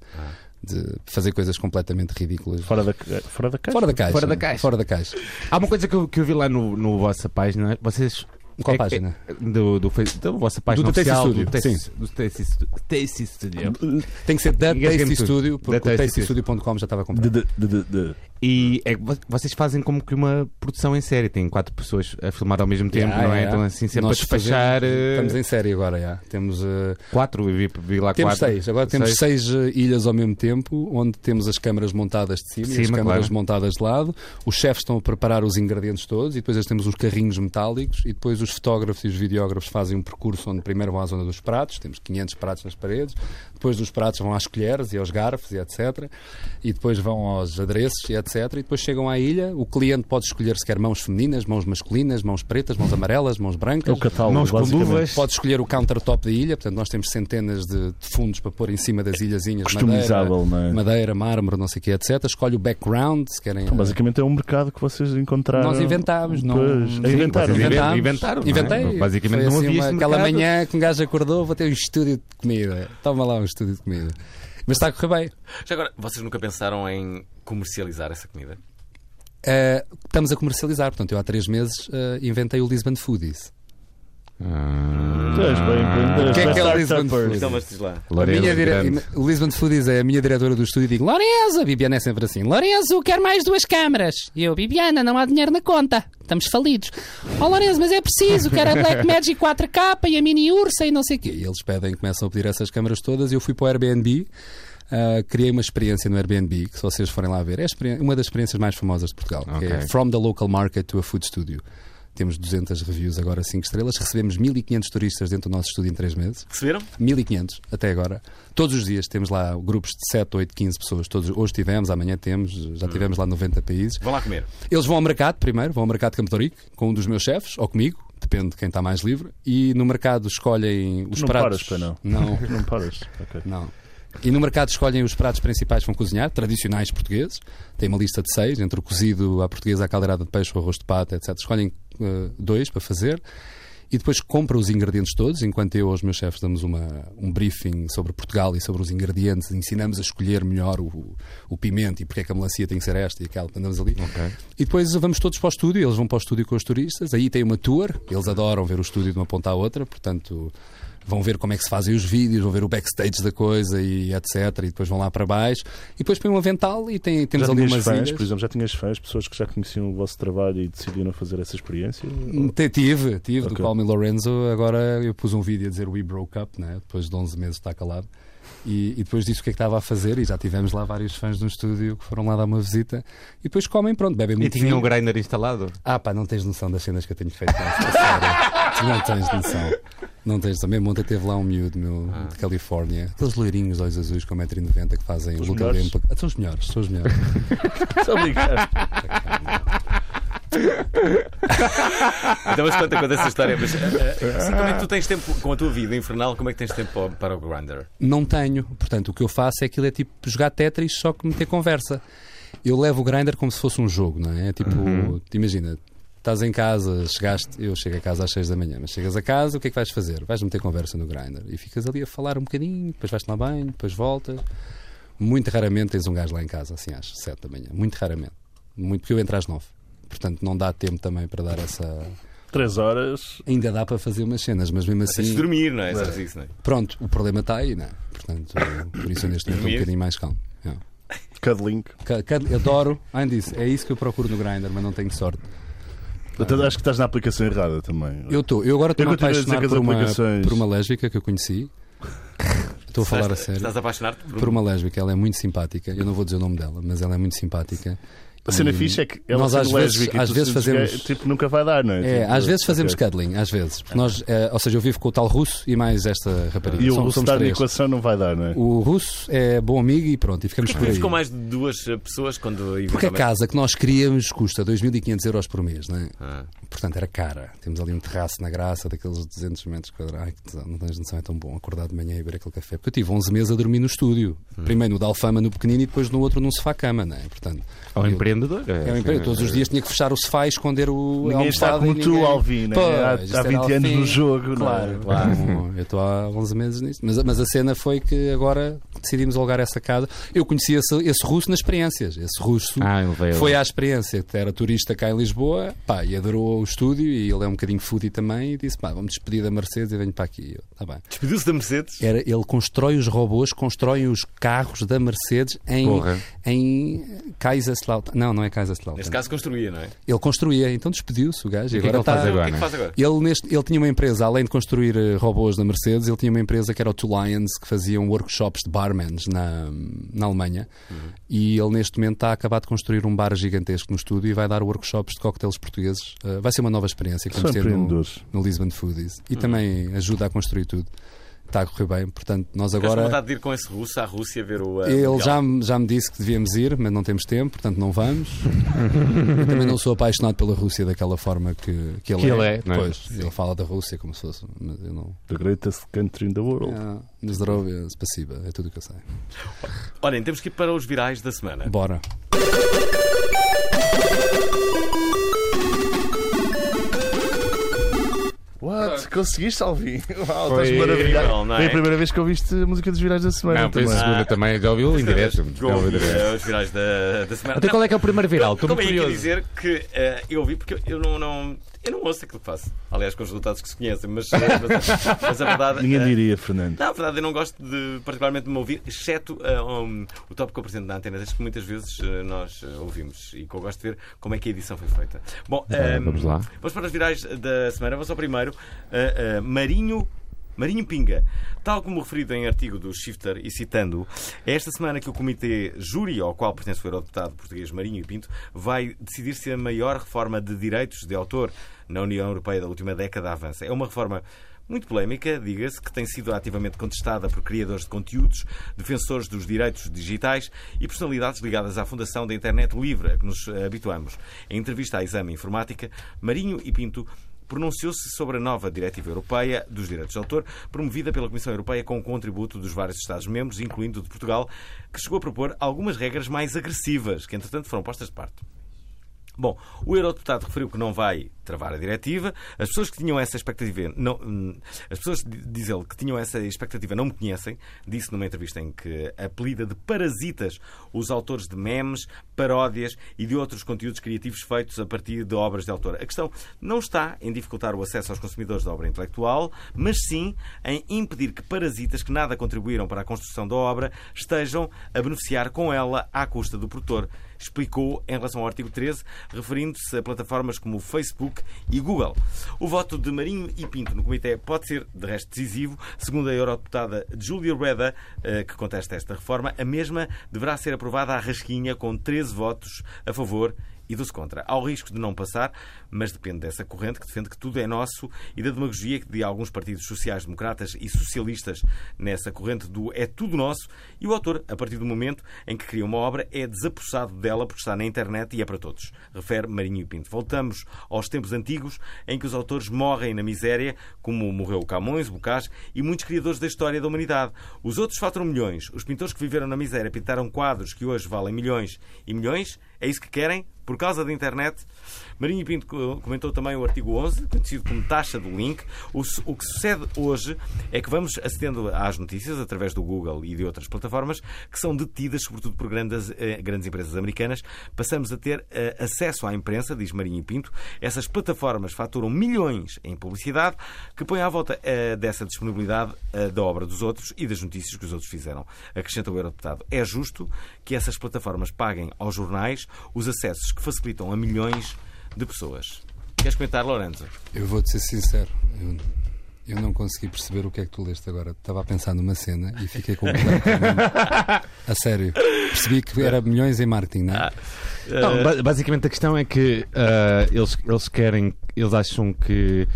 E: De fazer coisas completamente ridículas.
C: Ah. Fora da, fora da caixa.
E: Fora da caixa.
D: Fora da caixa.
E: Fora da caixa.
D: Há uma coisa que eu, que eu vi lá no, no vossa página. Vocês.
E: Qual
D: é-
E: página?
D: é- do, do, face- da vossa página
E: do Tasty
D: oficial,
E: Studio,
D: do
E: sim.
D: Tasty- do Tasty Stu- Tasty Studio.
E: Tem que ser da
D: Engasguei-me
E: Tasty
D: tudo.
E: Studio, porque
D: Da
E: o
D: Tasty
E: tastystudio.com já estava
C: De,
E: comprado.
C: de, de, de, de.
D: E é que vo- vocês fazem como que uma produção em série. Tem quatro pessoas a filmar ao mesmo tempo,
E: Yeah,
D: não é?
E: yeah.
D: Então, assim, sempre
E: Ah, Nós
D: a despachar.
E: fazemos-
D: eh,
E: Estamos em série agora, já. Temos, eh,
D: Quatro, eu vi, vi lá
E: temos
D: quatro.
E: seis. Agora temos
D: Seis.
E: seis eh, ilhas ao mesmo tempo, onde temos as câmaras montadas de cima,
D: De
E: e as
D: cima,
E: câmaras
D: claro.
E: montadas de lado. Os chefes estão a preparar os ingredientes todos e depois eles temos uns carrinhos metálicos e depois os fotógrafos e os videógrafos fazem um percurso onde primeiro vão à zona dos pratos, temos 500 pratos nas paredes, depois dos pratos vão às colheres e aos garfos e etc. E depois vão aos adereços e etc. E depois chegam à ilha, o cliente pode escolher se quer mãos femininas, mãos masculinas, mãos pretas, mãos amarelas, mãos
C: É
E: brancas.
C: o catálogo,
D: Mãos com
C: basicamente.
D: luvas.
E: Pode escolher o countertop da ilha, portanto, nós temos centenas de, de fundos para pôr em cima das ilhazinhas.
C: Customizável, não
E: madeira,
C: é?
E: madeira, mármore, não sei o que, etc. Escolhe o background, se querem.
C: Então,
E: eh,
C: basicamente é um mercado que vocês encontraram.
E: Nós inventámos, não-
C: Pois,
E: Sim,
C: é inventar.
D: vocês
C: Inventar.
E: inventámos.
D: inventaram, não é?
E: eh, Inventei.
D: Basicamente
E: Foi
D: não
E: assim
D: havia
E: uma-
D: este
E: Aquela
D: mercado.
E: manhã que um gajo acordou, vou ter um estúdio de comida. Toma lá um estúdio de comida. Mas está a correr bem.
A: Já agora, vocês nunca pensaram em comercializar essa comida?
E: Eh, estamos a comercializar, portanto, eu há três meses eh, inventei o Lisbon Foodies.
D: Ah,
C: Tu és bem,
E: O que é que é o Lisbon
C: Startupper.
E: Foodies?
A: Então, mas diz lá.
E: A
D: Lorena
E: minha é dire...
D: Grande.
E: O Lisbon Foodies é a minha diretora do estúdio e digo: Lorenzo, a Bibiana é sempre assim: Lorenzo, quero mais duas câmaras. E eu, Bibiana, não há dinheiro na conta, estamos falidos. Oh Lorenzo, mas é preciso, quero a Black Magic 4K e a Mini Ursa e não sei o quê. E eles pedem, começam a pedir essas câmaras todas. E eu fui para o Airbnb, ah, criei uma experiência no Airbnb, que se vocês forem lá ver, é a experi- uma das experiências mais famosas de Portugal, que é
D: Ok.
E: From the Local Market to a Food Studio. Temos 200 reviews agora, 5 estrelas. Recebemos 1500 turistas dentro do nosso estúdio em 3 meses.
A: Receberam?
E: 1500 até agora. Todos os dias temos lá grupos de 7, 8, 15 pessoas. Todos, hoje tivemos, amanhã temos,
C: Hum.
E: já tivemos lá 90 países.
A: Vão lá comer.
E: Eles vão ao mercado primeiro, vão ao mercado de Campo de Ourique com um dos meus chefes ou comigo, depende de quem está mais livre, e no mercado escolhem os
C: Não paras,
E: pratos.
C: pois não.
E: Não,
C: Não paras. Ok.
E: não. E no mercado escolhem os pratos principais que vão cozinhar, tradicionais portugueses. Tem uma lista de seis, entre o cozido à portuguesa, a caldeirada de peixe, o arroz de pata, etc. Escolhem eh, dois para fazer e depois compram os ingredientes todos. Enquanto eu e os meus chefes damos uma, um briefing sobre Portugal e sobre os ingredientes, ensinamos a escolher melhor o, o, o pimento e porque é que a melancia tem que ser esta e aquela. Andamos ali. E depois vamos todos para o estúdio, eles vão para o estúdio com os turistas. Aí tem uma tour, eles adoram ver o estúdio de uma ponta à outra, portanto vão ver como é que se fazem os vídeos, vão ver o backstage da coisa e etc. E depois vão lá para baixo. E depois põem um avental e tem- temos
C: Já
E: ali
C: tinhas
E: umas
C: fãs,
E: ilhas.
C: por exemplo, já tinhas fãs, pessoas que já conheciam o vosso trabalho e decidiram fazer essa experiência?
E: Hum, Te- Tive, tive, do
C: Ok.
E: Palme Lorenzo. Agora eu pus um vídeo a dizer We Broke Up, né? depois de 11 meses está calado. E, e depois disse o que é que estava a fazer. E já tivemos lá vários fãs no estúdio que foram lá dar uma visita. E depois comem, pronto, bebem
D: E
E: muito
D: tinha
E: vinho.
D: um grinder instalado.
E: Ah, pá, não tens noção das cenas que eu tenho feito. Não, a sério. Tu não tens noção. Não tens noção. Mesmo ontem teve lá um miúdo meu de Califórnia. Aqueles loirinhos, olhos azuis com 1,90m que fazem
C: Os
E: luta
C: melhores.
E: olímpica. Ah, são os melhores, são os melhores.
C: Só brincar.
A: Então, mas conta, conta essa história. Mas, eh, eh, assim, como é que tu tens tempo com a tua vida infernal? Como é que tens tempo para o- para o Grindr?
E: Não tenho. Portanto, o que eu faço é aquilo é tipo jogar Tetris, só que meter conversa. Eu levo o grinder como se fosse um jogo, não é? É Tipo,
A: Uhum.
E: imagina, estás em casa, chegaste, eu chego a casa às 6 da manhã, mas chegas a casa, o que é que vais fazer? Vais meter conversa no grinder e ficas ali a falar um bocadinho, depois vais tomar banho, depois voltas. Muito raramente tens um gajo lá em casa, assim às 7 da manhã. Muito raramente. Muito porque eu entro às 9. Portanto, não dá tempo também para dar essa.
C: Três horas.
E: Ainda dá para fazer umas cenas, mas mesmo
A: Tens de
E: assim.
A: dormir, não é? Sabes isso, não é?
E: Pronto, o problema está aí, não é? Portanto, por isso eu neste momento estou um
A: Dormir.
E: bocadinho mais calmo. É.
C: Cuddling.
E: Ca- ca- Adoro, além disso, é isso que eu procuro no Grindr, mas não tenho sorte.
C: Até acho que estás na aplicação errada também.
E: Ah. Eu, tô, eu agora estou
C: Eu
E: a
C: continuo a dizer
E: apaixonar
C: que as
E: por uma,
C: aplicações-
E: por uma lésbica que eu conheci. Estou a falar a
A: Estás-
E: sério.
A: Estás a apaixonar-te por um-
E: Por uma lésbica, ela é muito simpática. Eu não vou dizer o nome dela, mas ela é muito simpática.
C: A cena
E: E-
C: fixa é que ela
E: nós
C: sendo
E: às vezes-
C: lésbica e
E: às
C: tu
E: vezes
C: sentes que é-
E: fazemos-
C: tipo, nunca vai dar, não é?
E: É,
C: Tipo,
E: às vezes fazemos
C: ok.
E: cuddling, às vezes. Porque Nós, eh, ou seja, eu vivo com o tal russo e mais esta rapariga.
C: E o
E: Som-
C: russo
E: somos
C: estar na
E: três.
C: equação não vai dar, não é?
E: O russo é bom amigo e pronto, e ficamos por aí.
A: Ficou mais de duas eh, pessoas quando.
E: Porque a
A: eventualmente-
E: casa que nós queríamos custa 2.500 euros por mês, não é?
A: Ah.
E: Portanto, era cara. Temos ali um terraço na graça daqueles 200 metros quadrados. Ai, que tesão, não tens noção, é tão bom acordar de manhã e beber aquele café. Porque eu tive 11 meses a dormir no estúdio.
C: Hum.
E: Primeiro no da Alfama, no pequenino, e depois no outro num sofá-cama, não é? Portanto,
D: É um
E: eu-
D: empreendedor.
E: É um emprego. Todos os dias tinha que fechar o sofá e esconder o. a
C: Ninguém está
E: almofada e
C: como tu,
E: ninguém-
C: Alvin, né?
E: Pois,
C: há,
E: isto
C: há
E: era
C: 20 anos
E: Alvin.
C: no jogo, não
E: Claro,
C: é?
E: claro. Eu estou há 11 meses nisto. Mas, mas a cena foi que agora decidimos alugar essa casa. Eu conheci esse, esse russo nas experiências. Esse russo
D: Ah, ele veio.
E: foi à experiência. Era turista cá em Lisboa pá, e adorou o estúdio. E ele é um bocadinho foodie também. E disse: pá, vamos despedir da Mercedes e venho para aqui. Eu, tá bem.
A: Despediu-se da Mercedes?
E: Era, ele constrói os robôs, constrói os carros da Mercedes em,
D: Porra.
E: em Kaiserslautern. Não, não é Kaiserslautern.
A: Neste caso construía, não é?
E: Ele construía, então despediu-se o gajo. E
D: E o que é
E: agora
D: que ele faz
E: está-
A: Então, o que é
D: agora,
A: que faz agora?
E: ele, neste- ele tinha uma empresa, além de construir eh, robôs da Mercedes, ele tinha uma empresa que era o Two Lions, que faziam workshops de barmans na, na Alemanha. E ele, neste momento, está a acabar de construir um bar gigantesco no estúdio e vai dar workshops de coquetéis portugueses. Eh, vai ser uma nova experiência que
C: São
E: vamos ter um- no,
C: empreendedores.
E: no Lisbon Foodies. E também ajuda a construir tudo. Está a correr bem, portanto, nós
A: Agora...
E: agora.
A: vontade de ir com esse russo à Rússia ver o. ah,
E: Ele
A: Mundial.
E: já, me- já me disse que devíamos ir, mas não temos tempo, portanto não vamos. Eu também não sou apaixonado pela Rússia daquela forma que, que ele
D: Que
E: é.
D: ele é, não é?
E: pois, ele fala da Rússia como se fosse. Mas eu não.
C: The greatest country in the world.
E: Ah, na Zdrovia, Spasiba, é tudo o que eu sei.
A: Olhem, temos que ir para os virais da semana.
E: Bora.
C: What? Conseguiste, Alvin? Uau,
D: Foi
C: estás maravilhado.
A: incrível, não é?
C: Foi a primeira vez que ouviste a música dos virais da semana então, é?
D: Não, foi a
C: também.
D: segunda também. Já ouviu em direto.
A: Go,
D: Já ouviu em direto.
A: eh, Os virais da, da semana.
D: Até qual é que é o primeiro viral? Estou
A: Como
D: muito
A: é que
D: curioso.
A: dizer que eh, eu ouvi, porque eu não, não, eu não ouço aquilo que faço. Aliás, com os resultados que se conhecem, mas, eh, mas, mas a verdade.
C: Ninguém
A: eh,
C: diria, Fernando.
A: Não, na verdade, eu não gosto de, particularmente de me ouvir, exceto ah, um, o tópico que eu apresento na antena, desde que muitas vezes ah, nós ah, ouvimos e que eu gosto de ver como é que a edição foi feita. Bom, ah,
D: vamos lá.
A: Vamos para os virais da semana. Vamos ao primeiro. Ah, ah, Marinho. Marinho Pinga, tal como referido em artigo do Shifter e citando, é esta semana que o comitê júri ao qual pertence o eurodeputado português Marinho e Pinto vai decidir se a maior reforma de direitos de autor na União Europeia da última década avança. É uma reforma muito polémica, diga-se, que tem sido ativamente contestada por criadores de conteúdos, defensores dos direitos digitais e personalidades ligadas à fundação da internet livre a que nos eh, habituamos. Em entrevista à Exame Informática, Marinho e Pinto pronunciou-se sobre a nova Diretiva Europeia dos Direitos de Autor, promovida pela Comissão Europeia com o contributo dos vários Estados-membros, incluindo o de Portugal, que chegou a propor algumas regras mais agressivas, que entretanto foram postas de parte. Bom, o eurodeputado referiu que não vai travar a diretiva. As pessoas que tinham essa expectativa, não, hum, as pessoas di- diz ele que tinham essa expectativa não me conhecem. Disse numa entrevista em que apelida de parasitas os autores de memes, paródias e de outros conteúdos criativos feitos a partir de obras de autor. A questão não está em dificultar o acesso aos consumidores da obra intelectual, mas sim em impedir que parasitas que nada contribuíram para a construção da obra estejam a beneficiar com ela à custa do produtor explicou em relação ao artigo 13, referindo-se a plataformas como o Facebook e Google. O voto de Marinho e Pinto no Comitê pode ser, de resto, decisivo. Segundo a eurodeputada Júlia Rueda, eh, que contesta esta reforma, a mesma deverá ser aprovada à rasquinha com 13 votos a favor e e dos contra. Há o risco de não passar, mas depende dessa corrente que defende que tudo é nosso e da demagogia de alguns partidos sociais-democratas e socialistas nessa corrente do é tudo nosso. E o autor, a partir do momento em que cria uma obra, é desapossado dela porque está na internet e é para todos. Refere Marinho e Pinto. Voltamos aos tempos antigos em que os autores morrem na miséria, como morreu o Camões, o Bocage e muitos criadores da história da humanidade. Os outros faturam milhões. Os pintores que viveram na miséria pintaram quadros que hoje valem milhões e milhões. É isso que querem? Por causa da internet? Marinho Pinto co- comentou também o artigo 11, conhecido como taxa do link. O, su- o que sucede hoje é que vamos acedendo às notícias através do Google e de outras plataformas que são detidas, sobretudo por grandes, eh, grandes empresas americanas. Passamos a ter eh, acesso à imprensa, diz Marinho Pinto. Essas plataformas faturam milhões em publicidade que põe à volta eh, dessa disponibilidade eh, da obra dos outros e das notícias que os outros fizeram. Acrescenta o Eurodeputado. É justo que essas plataformas paguem aos jornais os acessos que facilitam a milhões de pessoas. Queres comentar, Lourenço?
E: Eu vou-te ser sincero. Eu, eu não consegui perceber o que é que tu leste agora. Estava a pensar numa cena e fiquei completamente. a sério. Percebi que era milhões em marketing, não é?
C: Eh,
D: Não, ba- basicamente a questão é que ah, eles, eles querem, eles acham que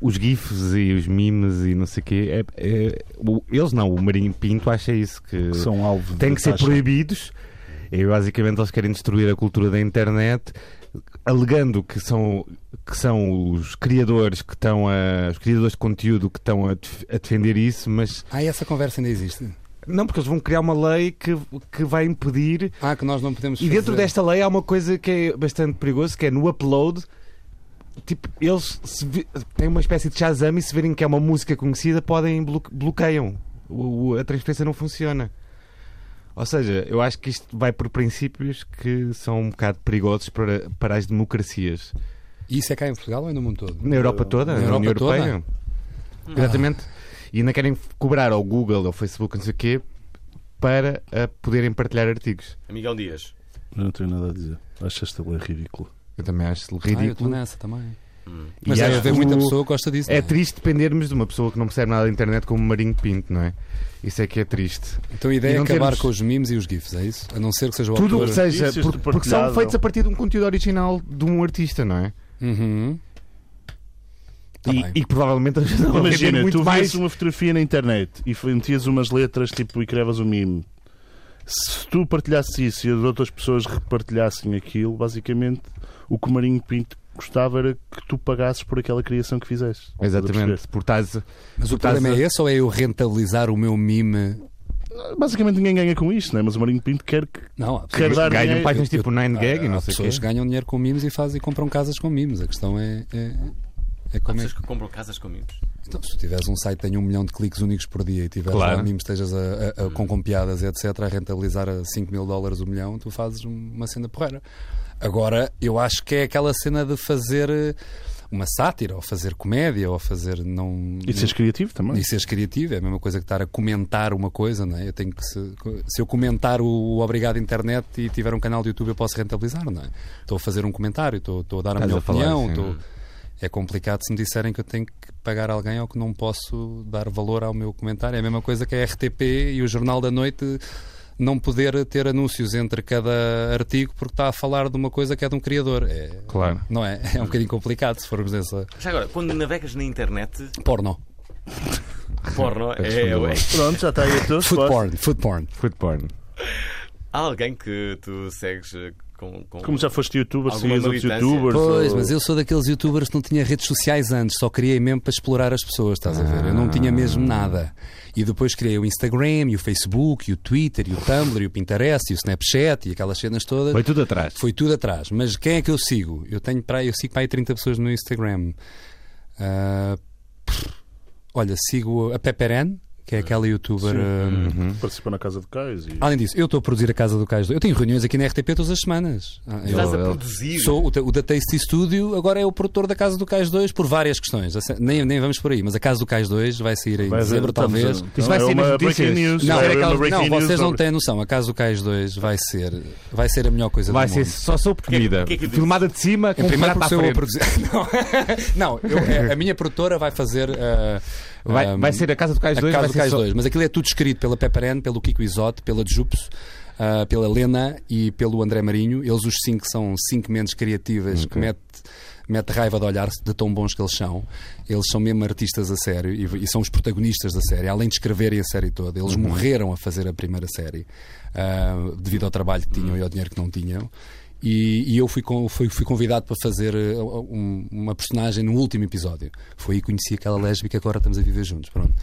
D: os GIFs e os memes e não sei o quê, é- é- o- eles não, o Marinho Pinto acha isso, que
C: São alvo.
D: têm
C: da
D: que ser
C: taxa.
D: proibidos e basicamente eles querem destruir a cultura da internet, alegando que são, que são os criadores que estão a, os criadores de conteúdo que estão a def- a defender isso, mas
E: Ah, essa conversa ainda existe.
D: não, porque eles vão criar uma lei que, que vai impedir
E: Ah, que nós não podemos
D: e dentro
E: fazer.
D: desta lei há uma coisa que é bastante perigosa, que é no upload. Tipo, eles se vi- têm uma espécie de Shazam e se verem que é uma música conhecida, podem blo- bloqueiam. O- o- a transferência não funciona. Ou seja, eu acho que isto vai por princípios que são um bocado perigosos para, para as democracias.
E: E isso é cá em Portugal ou é no mundo todo?
D: Na Europa toda,
E: Na
D: na,
E: Europa
D: União
E: toda?
D: Europeia. Exatamente. E ainda querem cobrar ao Google, ao Facebook, não sei o quê, para ah, poderem partilhar artigos.
A: Amigão Dias.
C: Não tenho nada a dizer. Acho esta lei ridícula.
D: Eu também acho
E: Ah, eu estou
D: ridículo.
E: nessa também.
D: E
E: Mas deve
D: acho
E: haver
D: que
E: muita
D: é o-
E: pessoa que gosta disso.
D: É
E: não
D: triste dependermos de uma pessoa que não percebe nada da internet como Marinho Pinto, não é? Isso é que é triste.
E: Então a ideia
D: E
E: é
D: não
E: acabar
D: temos-
E: com os memes e os GIFs, é isso? A não ser que seja o
D: Tudo o
E: autor.
D: que seja,
C: Notícias
D: por-
C: de
D: porque são
C: partilhado.
D: feitos a partir de um conteúdo original de um artista, não é?
E: Uhum. Tá
D: e,
E: bem.
D: e provavelmente eles não vão vender
C: Imagina,
D: muito
C: tu
D: mais.
C: vês um- uma fotografia na internet e f- metias umas letras tipo e cravas um mimo. Se tu partilhasses isso e as outras pessoas repartilhassem aquilo, basicamente o que o Marinho Pinto gostava era que tu pagasses por aquela criação que fizeste. Estás a
D: Exatamente, por estás.
E: Mas
D: tu
E: o
D: estás
E: problema
D: a-
E: é esse ou é eu rentabilizar o meu meme?
C: perceber? Basicamente ninguém ganha com isto, né? mas o Marinho Pinto quer que.
E: Não, há
C: Quer dar
D: Ganham
C: dinheiro.
D: páginas
E: Eu-
D: tipo 9gag e
E: há
D: não sei o
E: pessoas
D: quê.
E: que ganham dinheiro com mimos e fazem e compram casas com mimos. A questão é. é... é
A: Há
E: como é
A: pessoas
E: que...
A: que compram casas com mimos.
E: Então, se tu tiveres um site que tenha um milhão de cliques únicos por dia e tiveres
D: Claro.
E: lá mimos, estejas a, a, a, com, com piadas, etc., a rentabilizar a 5 mil dólares o milhão, tu fazes um- uma cena porreira. Agora, eu acho que é aquela cena de fazer eh, uma sátira, ou fazer comédia, ou fazer não.
C: E seres criativo também.
E: E seres criativo é a mesma coisa que estar a comentar uma coisa, não é? Eu tenho que se, se eu comentar o Obrigado Internet e tiver um canal de YouTube eu posso rentabilizar, não é? Estou a fazer um comentário, estou, estou a dar a
D: Estás
E: minha
D: a falar,
E: opinião,
D: sim.
E: estou- é complicado se me disserem que eu tenho que pagar alguém ou que não posso dar valor ao meu comentário. É a mesma coisa que a RTP e o Jornal da Noite não poder ter anúncios entre cada artigo porque está a falar de uma coisa que é de um criador. É-
D: Claro.
E: Não é? É um bocadinho complicado se formos nessa
A: Já agora, quando navegas na internet,
E: porno.
A: porno
D: Peço
A: é,
D: desculpa.
A: é,
C: Pronto, já está aí a tua
E: Food
C: resposta.
E: porn, food porn.
D: Food porn.
A: Há alguém que tu segues eh, com. com...
C: Como já foste youtuber,
A: Alguma
C: seguias outros
A: militância.
C: youtubers.
E: Pois,
C: ou-
E: mas eu sou daqueles youtubers que não tinha redes sociais antes, só criei mesmo para explorar as pessoas, estás a ver? Eu não tinha mesmo nada. E depois criei o Instagram, e o Facebook, e o Twitter, e o Tumblr, e o Pinterest, e o Snapchat, e aquelas cenas todas.
D: Foi tudo atrás.
E: Foi tudo atrás. Mas quem é que eu sigo? Eu tenho para aí, eu sigo para aí 30 pessoas no Instagram. Ah, pff, olha, sigo a Peperen, que é aquela youtuber. ah,
C: Uhum. Participou na Casa de Cais. E...
E: Além disso, eu estou a produzir a Casa do Cais. Eu tenho reuniões aqui na RTP todas as semanas. Ah, eu-
A: Estás a produzir.
E: Sou o, da- o da Tasty Studio, agora é o produtor da Casa do Cais 2 por várias questões. Assim, Nem, nem vamos por aí, mas a Casa do Cais 2 vai sair aí em
C: Mas, eh,
E: dezembro,
C: estamos
E: talvez.
C: a-
D: Isto vai
C: é
D: sair nas
C: uma
D: notícias.
C: breaking news.
E: Não,
C: vai haver
E: é
C: uma
E: aquela-
C: breaking
E: não,
C: news
E: vocês não
C: sobre-
E: têm noção. A Casa do Cais 2 vai ser, vai ser a melhor coisa
D: Vai
E: do
D: ser
E: mundo.
D: só soube comida.
A: que é que diz?
D: Filmada de cima, com
E: um Em
D: um
E: primeiro
D: prato à
E: porque sou eu a
D: frente.
E: produzir. Não, não, eu- é- a minha produtora vai fazer. ah,
D: Vai,
E: ah,
D: vai ser a Casa do Cais
E: a
D: 2.
E: Casa
D: vai
E: do
D: ser
E: Cais
D: só-
E: 2, mas aquilo é tudo escrito pela Pepperand, pelo Kiko Isote, pela Jupes, ah, pela Lena e pelo André Marinho. Eles, os cinco, são cinco mentes criativas que mete, mete raiva de olhar de tão bons que eles são. Eles são mesmo artistas a sério e, e são os protagonistas da série, além de escreverem a série toda. Eles
D: Uhum.
E: morreram a fazer a primeira série ah, devido ao trabalho que
D: Uhum.
E: tinham e ao dinheiro que não tinham. E, e eu fui, con- fui, fui convidado para fazer eh, um- uma personagem no último episódio. Foi aí que conheci aquela lésbica que agora estamos a viver juntos. Pronto.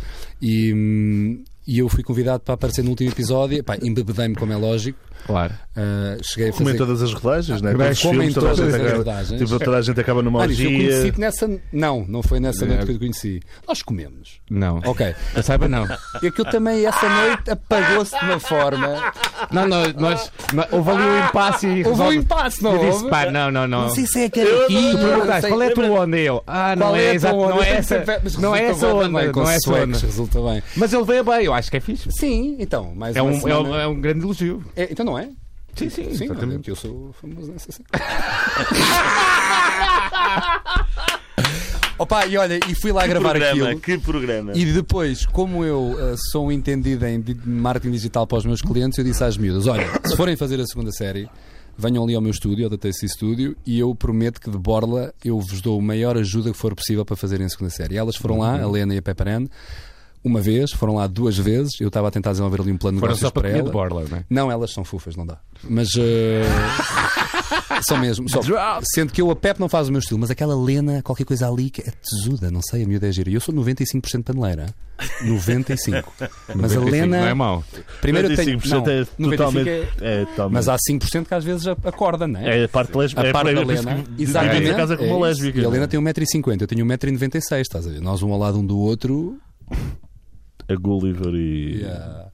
E: E, hum, e eu fui convidado para aparecer no último episódio. Pá, embebedei-me, como é lógico.
D: Claro.
E: Ah, cheguei a
C: Comem
E: fazer.
C: todas as rodagens, né?
E: bem,
C: Todos os
E: comem
C: filmes, toda a
E: todas
C: gente
E: as
C: acaba-
E: rodagens.
C: tipo, toda a gente acaba numa
E: Mano, isso eu
C: orgia.
E: conheci-te nessa. Não, não foi nessa noite
D: É.
E: que eu te conheci. Nós comemos.
D: Não.
E: Ok.
D: Eu saiba, não.
E: E aquilo também, essa noite, apagou-se de uma forma.
D: Não, nós, nós, nós- houve ali um impasse e
E: Houve um
D: resolve-
E: impasse, não
D: Eu disse,
E: houve?
D: pá, não, não, não.
E: Não sei se é aquele aqui.
D: Tu perguntaste, qual é a tua onda? E Eu, ah, não
E: Qual
D: é,
E: é a tua
D: exato,
E: onda?
D: não é
E: Eu
D: essa,
E: sempre- mas
D: não é essa
E: resultou bem
D: onda,
E: também, com
D: não é essa
E: suecos,
D: onda.
E: Resulta bem.
D: Mas ele veio bem, eu acho que é fixe.
E: Sim, então, mais
D: É
E: uma
D: um, é
E: semana-
D: um, é um grande elogio.
E: É, então não é?
D: Sim, sim,
E: Sim,
D: exatamente.
E: olha que eu sou famoso nessa cena. Opa, e olha, e fui lá gravar
A: programa,
E: aquilo.
A: que programa.
E: E depois, como eu eh, sou um entendido em di- marketing digital para os meus clientes, eu disse às miúdas: olha, se forem fazer a segunda série, venham ali ao meu estúdio, ao da TC Studio, e eu prometo que de borla eu vos dou a maior ajuda que for possível para fazerem a segunda série. E elas foram lá, a
D: Uhum.
E: Lena e a Pepperan, uma vez, foram lá duas vezes, eu estava a tentar desenvolver ali um plano de
D: Foram
E: negócios
D: só para
E: para
D: comer de
E: ela.
D: borla, não é?
E: Não, elas são fufas, não dá. Mas. eh, são mesmo. Só, sendo que eu, a Pep não faz o meu estilo, mas aquela Lena, qualquer coisa ali, que é tesuda, não sei, a miúda é gira. E Eu sou 95% paneleira. 95. Mas a
D: 95
E: Lena.
D: Não é mau.
E: Primeiro eu tenho.
C: 95%
E: não,
C: é
E: 95
C: totalmente.
E: é-
C: É, totalmente.
E: Mas há 5% que às vezes a- acorda, não é?
C: É a parte lésbica.
E: A
C: é
E: parte da
C: por isso
E: Lena.
C: que
E: Exatamente.
C: dividimos a casa como
E: é
C: uma
E: isso.
C: lésbica.
E: E a
C: não é?
E: Lena tem 1,50m, eu tenho 1,96m, estás a ver? Nós um ao lado um do outro,
C: A Gulliver e.
E: Yeah.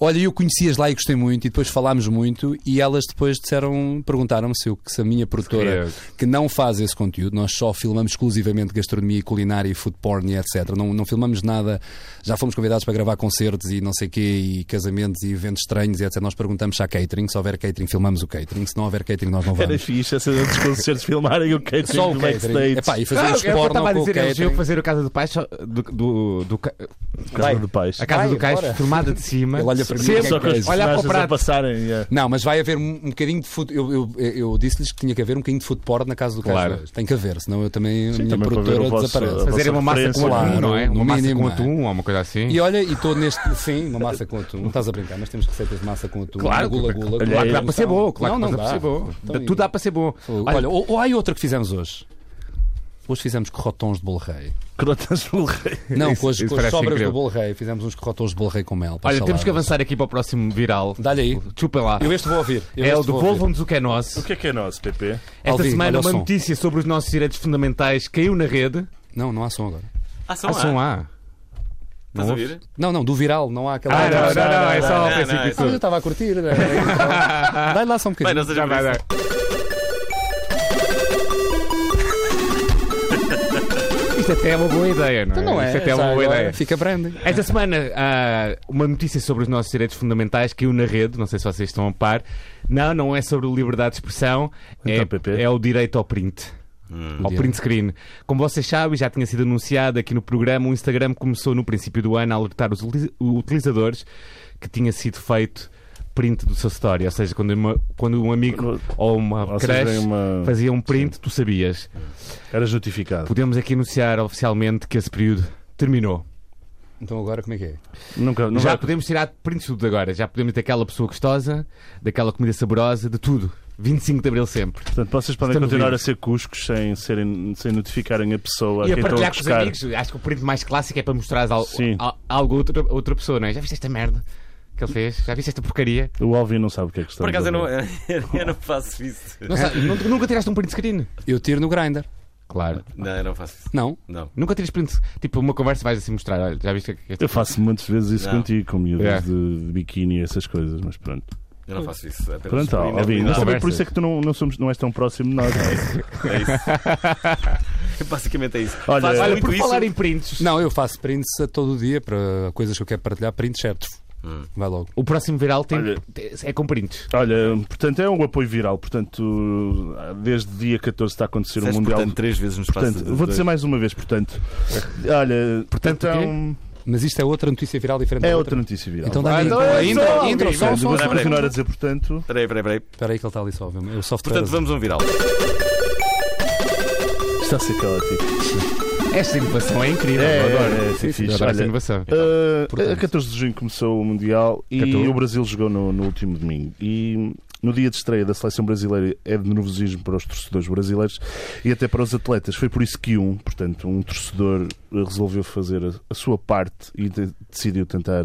E: Olha, eu conheci-as lá e gostei muito, e depois falámos muito, e elas depois disseram, perguntaram-me se, eu, se a minha produtora, que não faz esse conteúdo, nós só filmamos exclusivamente gastronomia e culinária e food porn e etc. Não, não filmamos nada, já fomos convidados para gravar concertos e não sei quê, e casamentos e eventos estranhos e etc. Nós perguntamos se há catering, se houver catering, filmamos o catering, se não houver catering, nós não
C: Era
E: vamos.
C: fixe essa dos concertos filmarem o é catering
E: Só
C: do
E: o catering.
C: backstage.
E: Epá, e fazemos
D: Ah, é eu
E: porno
D: estava a
E: com o
D: dizer elogio
E: catering.
D: fazer o Casa do Pais só- do, do, do ca-
C: Casa do Paz.
D: a Casa
E: Vai,
D: do Cais
E: bora.
D: filmada de cima.
E: Ele olha para mim e
D: sempre,
E: quer
C: Só com as
D: olhar para o
E: Olha
C: personagens a
D: prato.
C: passarem. yeah.
E: Não, mas vai haver um, um bocadinho de food. Eu, eu, eu disse-lhes que tinha que haver um bocadinho de food porn na casa do Carlos.
D: Claro.
E: Dois. Tem que haver, senão eu também, a
C: Sim,
E: minha
C: também para ver
E: produtora
C: o vosso-
E: desaparece.
C: a
D: Fazer uma
C: vossa
D: massa com
C: referência,
D: atum,
E: claro,
D: não é?
E: no
D: Uma massa
E: mínimo,
D: com
E: não é?
D: atum ou uma coisa assim.
E: E olha, e estou neste. Sim, uma massa com atum. Não estás a brincar, mas temos receitas de massa com atum.
D: Claro,
E: gula, gula,
D: Claro
E: gula,
D: que dá para ser bom, claro
E: não,
D: que
E: então, não
D: dá para ser bom.
E: Então,
D: Tudo dá para ser bom.
E: Olha, olha ou, ou há outra que fizemos hoje. Hoje fizemos corrotons de bolo rei.
C: Crotas pelo rei.
E: Não,
D: Isso-
E: com as,
D: isso
E: com as
D: parece
E: sobras
D: incrível.
E: do bolo rei. Fizemos uns corrotons de bolo rei com mel. para
D: Olha,
E: as
D: temos que
E: saladas.
D: avançar aqui para o próximo viral.
E: Dá-lhe aí.
D: Chupa lá.
E: Eu este vou ouvir. Eu
D: É
E: este
D: o
E: vou ouvir.
D: Devolvam-nos o que é nosso.
C: O que é que é nosso, PP?
D: Esta
E: Alvin, olha
D: semana
E: o
D: uma
E: som. Então
D: notícia sobre os nossos direitos fundamentais caiu na rede.
E: Não, não há som agora.
A: Ação
D: Ah, são lá.
A: um Estás a ouvir?
E: Não, não, do viral, não há aquela.
D: Ah, não, não, não, é só
A: não,
D: ao
A: não,
D: princípio
A: é
D: de
A: só-
E: Ah, eu
D: tudo.
E: estava a curtir. Dá-lhe lá só um
A: Bem,
E: bocadinho.
A: não seja por isso.
D: Isto até é uma boa ideia, não é?
E: Não é,
D: Isto até é uma
E: já
D: boa
E: agora
D: ideia.
E: Fica branding.
D: Esta semana, há uma notícia sobre os nossos direitos fundamentais caiu na rede, não sei se vocês estão a par. Não, não é sobre liberdade de expressão,
C: Então, Pepe. Hum.
D: é, é o direito ao print. Ao print screen. Como vocês sabem, já tinha sido anunciado aqui no programa, o Instagram começou no princípio do ano a alertar os utiliza- utilizadores que tinha sido feito print do seu story. Ou seja, quando, uma- quando um amigo ou uma
C: Ou seja,
D: crush
C: uma-
D: fazia um print, tu sabias.
C: Eras notificado.
D: Podemos aqui anunciar oficialmente que esse período terminou.
E: Então agora como é que é?
C: Nunca, não
D: já
C: vai-
D: podemos tirar prints de tudo agora. Já podemos daquela pessoa gostosa, daquela comida saborosa, de tudo. 25 de Abril sempre.
C: Portanto, vocês podem
D: Estamos
C: continuar
D: vivos.
C: a ser cuscos sem, serem, sem notificarem a pessoa
D: E
C: a
D: a
C: quem estão a
D: partilhar com os
C: buscar.
D: amigos. Acho que o print mais clássico é para mostrar al-
C: Sim.
D: a- algo a outra, a outra pessoa, não é? Já viste esta merda que ele fez? Já viste esta porcaria?
C: O Alvin não sabe o que é que está.
A: Por acaso eu não, eu não faço isso.
D: Não sabe- nu- nunca tiraste um print screen?
E: Eu tiro no grinder.
D: Claro.
A: Não, eu não faço isso.
E: Não.
A: Não.
D: Nunca tiras print. Tipo, uma conversa vais assim mostrar. Olha, já viste que- é que-
C: Eu faço muitas vezes isso
A: Não.
C: contigo, com miúdos
D: É.
C: de, de biquíni e essas coisas, mas pronto.
A: Eu não faço isso. É Apenas
C: Pronto,
A: por
C: Alvin,
A: inabilidade.
C: mas também
D: Conversas.
C: por isso é que tu não, não, somos, não és tão próximo de nós. não é?
A: É isso. Basicamente é isso.
C: Olha,
A: Fazes
C: olha,
D: Olha,
A: muito
D: por
A: isso.
D: falar em prints,
E: Não, eu faço prints a todo o dia para coisas que eu quero partilhar, prints certo.
D: Hum.
E: Vai logo.
D: o próximo viral tem,
C: Olha.
D: é com prints.
C: Olha, portanto, é um apoio viral. Portanto, desde dia 14 está a acontecer o
A: Disseste,
C: Mundial.
A: portanto, três vezes no espaço
C: Portanto,
A: de
C: vou dizer
A: dois.
C: mais uma vez, portanto. Olha,
D: Portanto, o
C: então,
E: Mas isto é outra notícia viral diferente
C: É
E: da
C: outra notícia viral.
E: Então dá-lhe
B: então
E: ainda,
B: é
E: ainda,
B: só,
E: ainda,
B: amigo.
E: só um
C: Portanto,
E: som,
C: vou
E: só um som.
C: continuar a dizer, portanto.
A: Peraí, peraí, peraí.
E: Espera aí que ele está ali só a ouvir. É o software.
A: Portanto, vamos a um viral.
C: Está a ser caótico.
D: Esta inovação é incrível.
C: É,
D: agora.
C: é, é, sim, fixe,
D: Adoro esta
C: olha.
D: inovação.
C: Uh, a
E: Portanto.
C: 14 de junho começou o Mundial e
D: 14?
C: o Brasil jogou no, no último domingo. E no dia de estreia da seleção brasileira é de nervosismo para os torcedores brasileiros e até para os atletas. Foi por isso que um, portanto, um torcedor uh, resolveu fazer a, a sua parte e de- decidiu tentar,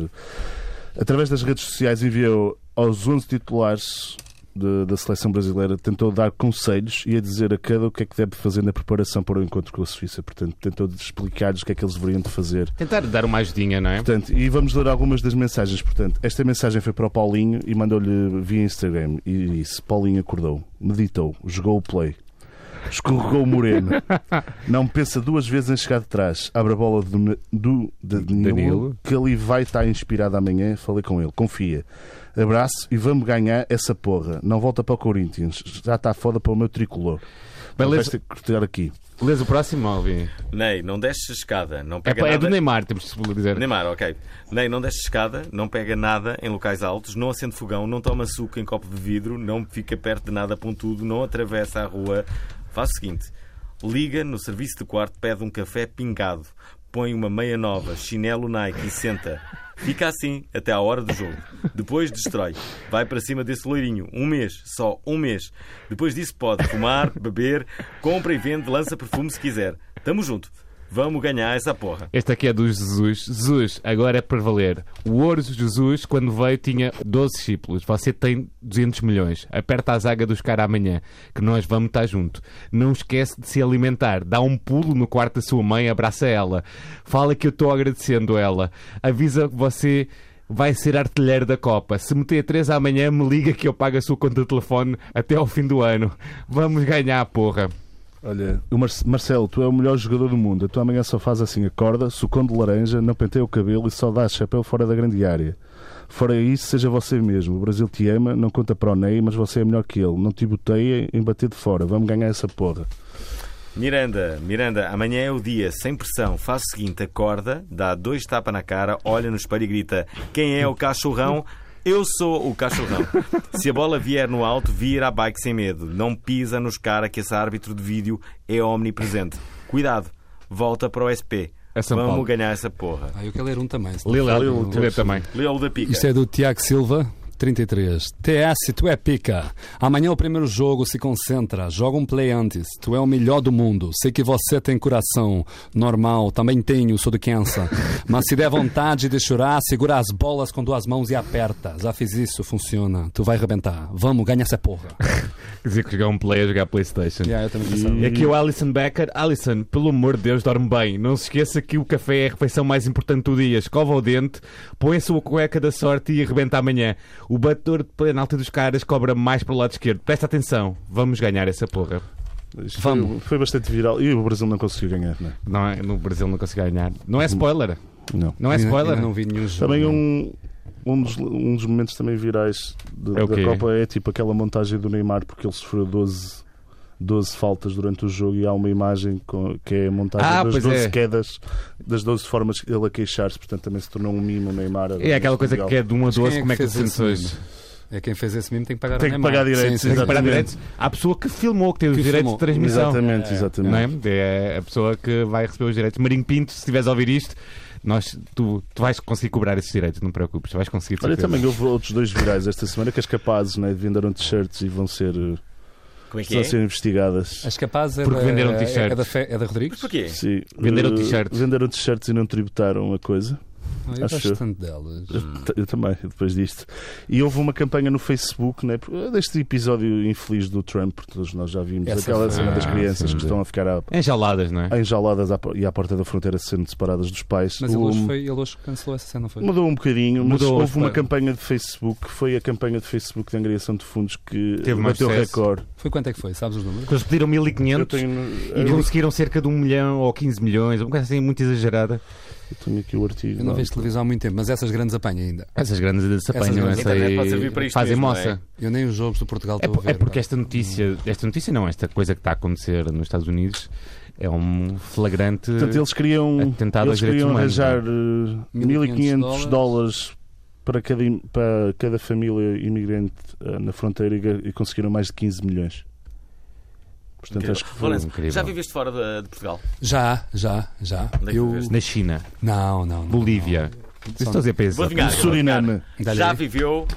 C: através das redes sociais, enviou aos 11 titulares. de- da seleção brasileira tentou dar conselhos e a dizer a cada o que é que deve fazer na preparação para o encontro com a Suíça. Portanto, tentou explicar-lhes o que é que eles deveriam de fazer
D: Tentar dar uma ajudinha, não é?
C: Portanto, e vamos ler algumas das mensagens. Portanto, esta mensagem foi para o Paulinho e mandou-lhe via Instagram e disse: Paulinho acordou, meditou, jogou o play, escorregou o moreno, não pensa duas vezes em chegar de trás, abre a bola do, Ne- do de Danilo,
D: Danilo.
C: que ali vai estar inspirado amanhã. Falei com ele, confia. Abraço e vamos ganhar essa porra. Não volta para o Corinthians, já está foda para o meu tricolor.
D: Mas
C: Vais
D: lês,
C: ter que cortar aqui.
D: lês o próximo, Alvin.
A: Ney, não desce a escada, não
D: É,
A: pega
D: pa- é
A: nada.
D: do Neymar, temos de dizer.
A: Neymar, ok. Ney, não desce escada, não pega nada em locais altos, não acende fogão, não toma suco em copo de vidro, não fica perto de nada pontudo, não atravessa a rua. Faz o seguinte: liga no serviço de quarto, pede um café pingado, põe uma meia nova, chinelo Nike e senta. Fica assim até à hora do jogo. Depois destrói. Vai para cima desse loirinho. Um mês, só um mês. Depois disso pode fumar, beber, compra e vende, lança perfume se quiser. Tamo junto. Vamos ganhar essa porra.
D: Este aqui é do Jesus. Jesus, agora é para valer. O ouro de Jesus, quando veio, tinha 12 discípulos. Você tem 200 milhões. Aperta a zaga dos caras amanhã, que nós vamos estar junto. Não esquece de se alimentar. Dá um pulo no quarto da sua mãe, abraça ela. Fala que eu estou agradecendo ela. Avisa que você vai ser artilheiro da Copa. Se meter 3 amanhã, me liga que eu pago a sua conta de telefone até ao fim do ano. Vamos ganhar, porra.
C: Olha, o Mar- Marcelo, tu é o melhor jogador do mundo. A tua manhã só faz assim: acorda, socão de laranja, não penteia o cabelo e só dá chapéu fora da grande área. Fora isso, seja você mesmo. O Brasil te ama, não conta para o Ney, mas você é melhor que ele. Não te boteia em bater de fora. Vamos ganhar essa porra.
A: Miranda, Miranda, amanhã é o dia, sem pressão. Faz o seguinte: acorda, dá dois tapas na cara, olha no espelho e grita: Quem é o cachorrão? Eu sou o cachorrão. Se a bola vier no alto, vira a bike sem medo. Não pisa nos cara que esse árbitro de vídeo é omnipresente. Cuidado, volta para o SP.
D: É São
A: Vamos
D: Paulo.
A: ganhar essa porra.
E: Ah, eu quero ler um também. se não
D: Lê lá,
E: for.
D: lê também.
A: Leo da Pica.
E: Isto é do Tiago Silva. 33. TS, tu é pica. Amanhã é o primeiro jogo, se concentra. Joga um play antes. Tu é o melhor do mundo. Sei que você tem coração. Normal, também tenho, sou do Kensa. Mas se der vontade de chorar, segura as bolas com duas mãos e aperta. Já fiz isso, funciona. Tu vai arrebentar. Vamos, ganha essa porra.
D: Quer dizer que jogar um play a jogar Playstation.
E: yeah, eu também pensava.
D: E aqui É o Alison Becker. Alison, pelo amor de Deus, dorme bem. Não se esqueça que o café é a refeição mais importante do dia. Escova o dente, põe a sua cueca da sorte e arrebenta amanhã. O bator de penalti dos caras cobra mais para o lado esquerdo. Presta atenção, vamos ganhar essa porra.
C: Isto
E: Vamos.
C: Foi, foi bastante viral. E o Brasil não conseguiu ganhar, não é?
D: Não é, no Brasil não consigo ganhar. Não é spoiler?
C: Não.
D: Não é spoiler?
E: Uhum. Ainda Não vi nenhum jogo.
C: Também um, um, dos, um dos momentos também virais de-
D: É o
C: da
D: quê?
C: Copa é tipo aquela montagem do Neymar, porque ele sofreu 12. 12 faltas durante o jogo e há uma imagem com- que é a montagem
D: Ah,
C: das
D: pois
C: 12
D: é.
C: quedas, das 12 formas que ele a queixar-se, portanto também se tornou um mimo o Neymar.
D: É aquela coisa que é de 1 a
E: Quem
D: 12, como é que
E: fez
D: tu sentes
E: esse
D: hoje?
E: mimo? É quem fez esse mimo tem que pagar
C: Tem
E: o
C: que
E: Neymar.
C: pagar direitos,
E: Sim,
D: Tem
E: sim, sim.
D: que pagar
C: Exatamente.
D: direitos à pessoa que filmou, que tem os
E: Que
D: direitos
E: filmou.
D: de transmissão.
C: Exatamente,
D: Não
C: exatamente.
D: é? É a pessoa que vai receber os direitos. Marinho Pinto, se estiveres a ouvir isto, nós, tu, tu vais conseguir cobrar esses direitos, não te preocupes, vais conseguir. de
C: Olha,
D: certeza.
C: também houve outros dois virais esta semana que as capazes né, venderam t-shirts e vão ser, eh,
A: Como é que
C: estão
A: é?
C: a ser investigadas.
E: As capazes é
D: Porque
E: da,
D: venderam
E: é-
D: t-shirts.
E: É da, Fe- é da Rodrigues?
A: Mas porquê?
C: Sim.
D: Venderam
C: Eh,
D: t-shirts.
C: Venderam t-shirts e não tributaram a coisa.
E: Ah, eu
C: Acho
E: gosto
C: eu.
E: tanto delas.
C: Eu, t- eu também, depois disto. E houve uma campanha no Facebook, né, por- deste episódio infeliz do Trump, porque todos nós já vimos
E: Essa
C: aquela
E: foi-
C: cena das
D: Ah,
C: crianças
D: sim.
C: que estão a ficar à-
D: Enjauladas, não é?
C: enjauladas à po- e à porta da fronteira sendo separadas dos pais.
E: Mas ele
C: O-
E: hoje, foi, ele hoje cancelou essa cena, não foi?
C: Mudou um bocadinho, mas
D: Mudou,
C: houve uma
D: espera.
C: campanha de Facebook, que foi a campanha de Facebook de angariação de fundos que
D: Teve mais
C: bateu
D: sucesso.
C: recorde.
E: Foi quanto é que foi? Sabes os números?
D: Porque eles pediram
C: Eu
D: 1500
C: tenho,
D: e
C: eu
D: conseguiram cerca de 1 milhão ou 15 milhões, uma coisa assim muito exagerada.
C: tenho aqui o artigo.
E: Eu não
C: não. é?
E: vejo televisão há muito tempo, mas essas grandes apanham ainda.
D: Essas grandes desapanham,
E: grandes
D: essa
A: internet
D: aí
A: pode servir para isto
D: fazem
A: mesmo,
D: moça.
E: Eu nem os jogos do Portugal
D: É,
E: estou a
D: po-
E: ver.
D: é porque
E: pá.
D: esta notícia, esta notícia não, esta coisa que está a acontecer nos Estados Unidos é um flagrante.
C: Portanto, eles queriam, um
D: Atentado aos
C: eles queriam
D: direitos humanos, é?
E: é?
C: arranjar eh, 1500 dólares para cada, im- para cada família imigrante eh, na fronteira e, ga- e conseguiram mais de 15 milhões. Portanto,
A: Incrível.
C: acho que foi.
A: Lourenço,
D: incrível.
A: já viveste fora de, de Portugal?
E: Já, já, já.
A: Onde é que
E: Eu...
A: viveste?
D: Na China,
E: Não, não. não.
D: Bolívia. Estou a dizer países
A: Vou adivinhar.
C: Suriname.
E: Dá-lhe
A: Já
E: aí.
A: viveu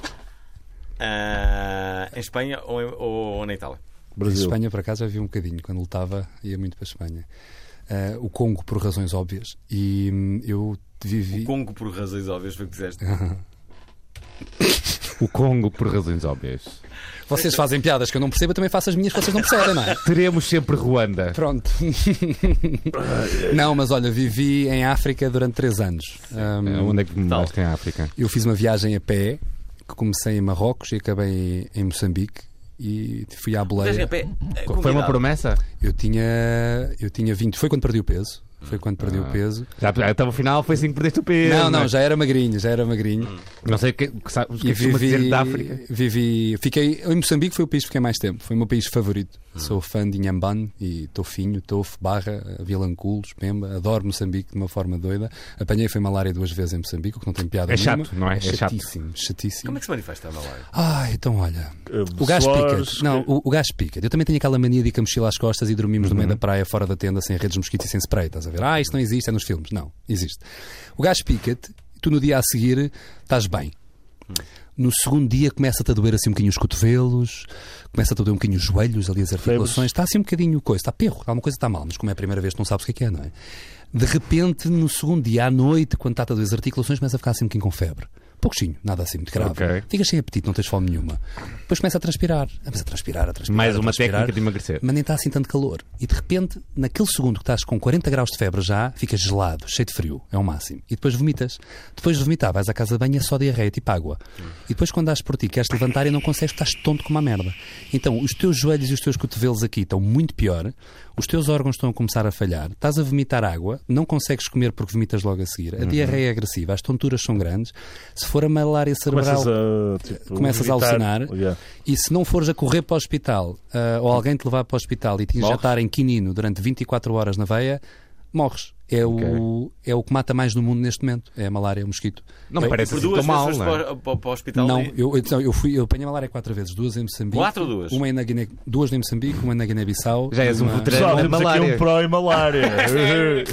A: ah, em Espanha ou, em- ou na Itália?
C: Brasil.
E: Espanha, por acaso, já vi um bocadinho. Quando lutava, ia muito para a Espanha. Ah, o Congo, por razões óbvias. E hum, eu vivi.
A: O Congo, por razões óbvias, foi o que disseste.
D: O Congo, por razões óbvias.
E: Vocês fazem piadas que eu não percebo, eu também faço as minhas que vocês não percebem, não é?
D: Teremos sempre Ruanda.
E: Pronto. não, mas olha, vivi em África durante três anos.
D: É,
E: Hum,
D: Onde é que moraste em África?
E: Eu fiz uma viagem a pé que comecei em Marrocos e acabei em Moçambique e fui à
A: Mas,
E: boleia.
A: em pé, eh,
D: Foi uma
A: convidado.
D: promessa?
E: Eu tinha, eu tinha 20, foi quando perdi o peso. Foi quando perdi
D: Ah.
E: o peso.
D: Já, já, então, afinal, foi assim que perdeste o peso.
E: não, não,
D: é?
E: já era magrinho, já era magrinho.
D: Não sei o que, o que, sabe- o é que
E: E
D: costuma dizer
E: vivi,
D: da África.
E: vivi, fiquei em Moçambique foi o país que fiquei mais tempo, foi o meu país favorito.
D: Hum.
E: Sou fã de Inhambane e Tofinho, Tofo, Barra, Vilanculos, Pemba, adoro Moçambique de uma forma doida. Apanhei foi malária duas vezes em Moçambique, o que não tem piada
D: É
E: nenhuma.
D: chato, não é? É chato.
E: chatíssimo,
A: Como
E: chatíssimo.
A: é que se manifesta a malária?
E: Ah, então olha,
C: eh,
E: o gás
C: Soares,
E: pica. Não, o, o gás pica. Eu também tenho aquela mania de ir com a mochila às costas e dormimos no meio da praia, fora da tenda, sem redes de mosquitos e sem spray. Estás a ver? Ah, isto não existe, é nos filmes. Não, existe. O gás pica-te, tu no dia a seguir estás bem. No segundo dia começa-te a doer assim um bocadinho os cotovelos, começa-te a doer um bocadinho os joelhos, ali as articulações, está assim um bocadinho coisa, está perro, alguma coisa está mal, mas como é a primeira vez tu não sabes o que é que é, não é? De repente, no segundo dia à noite, quando está a doer as articulações, começa a ficar assim um bocadinho com febre. Pouquinho, nada assim muito grave.
D: Ok.
E: Ficas sem apetite, não tens fome nenhuma. Depois começa a transpirar, começa a transpirar, a transpirar.
D: Mais
E: a
D: uma
E: transpirar,
D: técnica de emagrecer.
E: Mas nem está assim tanto calor. E de repente, naquele segundo que estás com 40 graus de febre já, ficas gelado, cheio de frio, é o máximo. E depois vomitas. Depois de vomitar, vais à casa de banho, é só diarreia, tipo água. E depois, quando dás por ti, queres te levantar e não consegues, estás tonto como uma merda. Então, os teus joelhos e os teus cotovelos aqui estão muito pior, os teus órgãos estão a começar a falhar, estás a vomitar água, não consegues comer porque vomitas logo a seguir, a
C: Uhum.
E: diarreia é agressiva, as tonturas são grandes. Se for a malária cerebral
C: Começas a, tipo,
E: começas a
C: evitar-
E: alucinar
C: Yeah.
E: e se não fores a correr para o hospital ah, ou alguém te levar para o hospital e te injetar em quinino durante 24 horas na veia, morres. É, o, é o que mata mais no mundo neste momento. É a malária, o mosquito.
D: Não me parece
A: Por
D: assim tão
A: duas
D: mal,
A: vezes
D: não é?
A: para, para, para o hospital?
E: não,
A: e-
E: eu, então, eu fui, eu apanhei a malária quatro vezes, duas em Moçambique.
A: Quatro ou duas?
E: Uma em na Guiné, duas em Moçambique, uma na Guiné-Bissau.
D: Já és um
E: uma-
D: veterano.
C: Pessoal,
D: Não é
C: temos aqui
D: malária.
C: um pró em malária.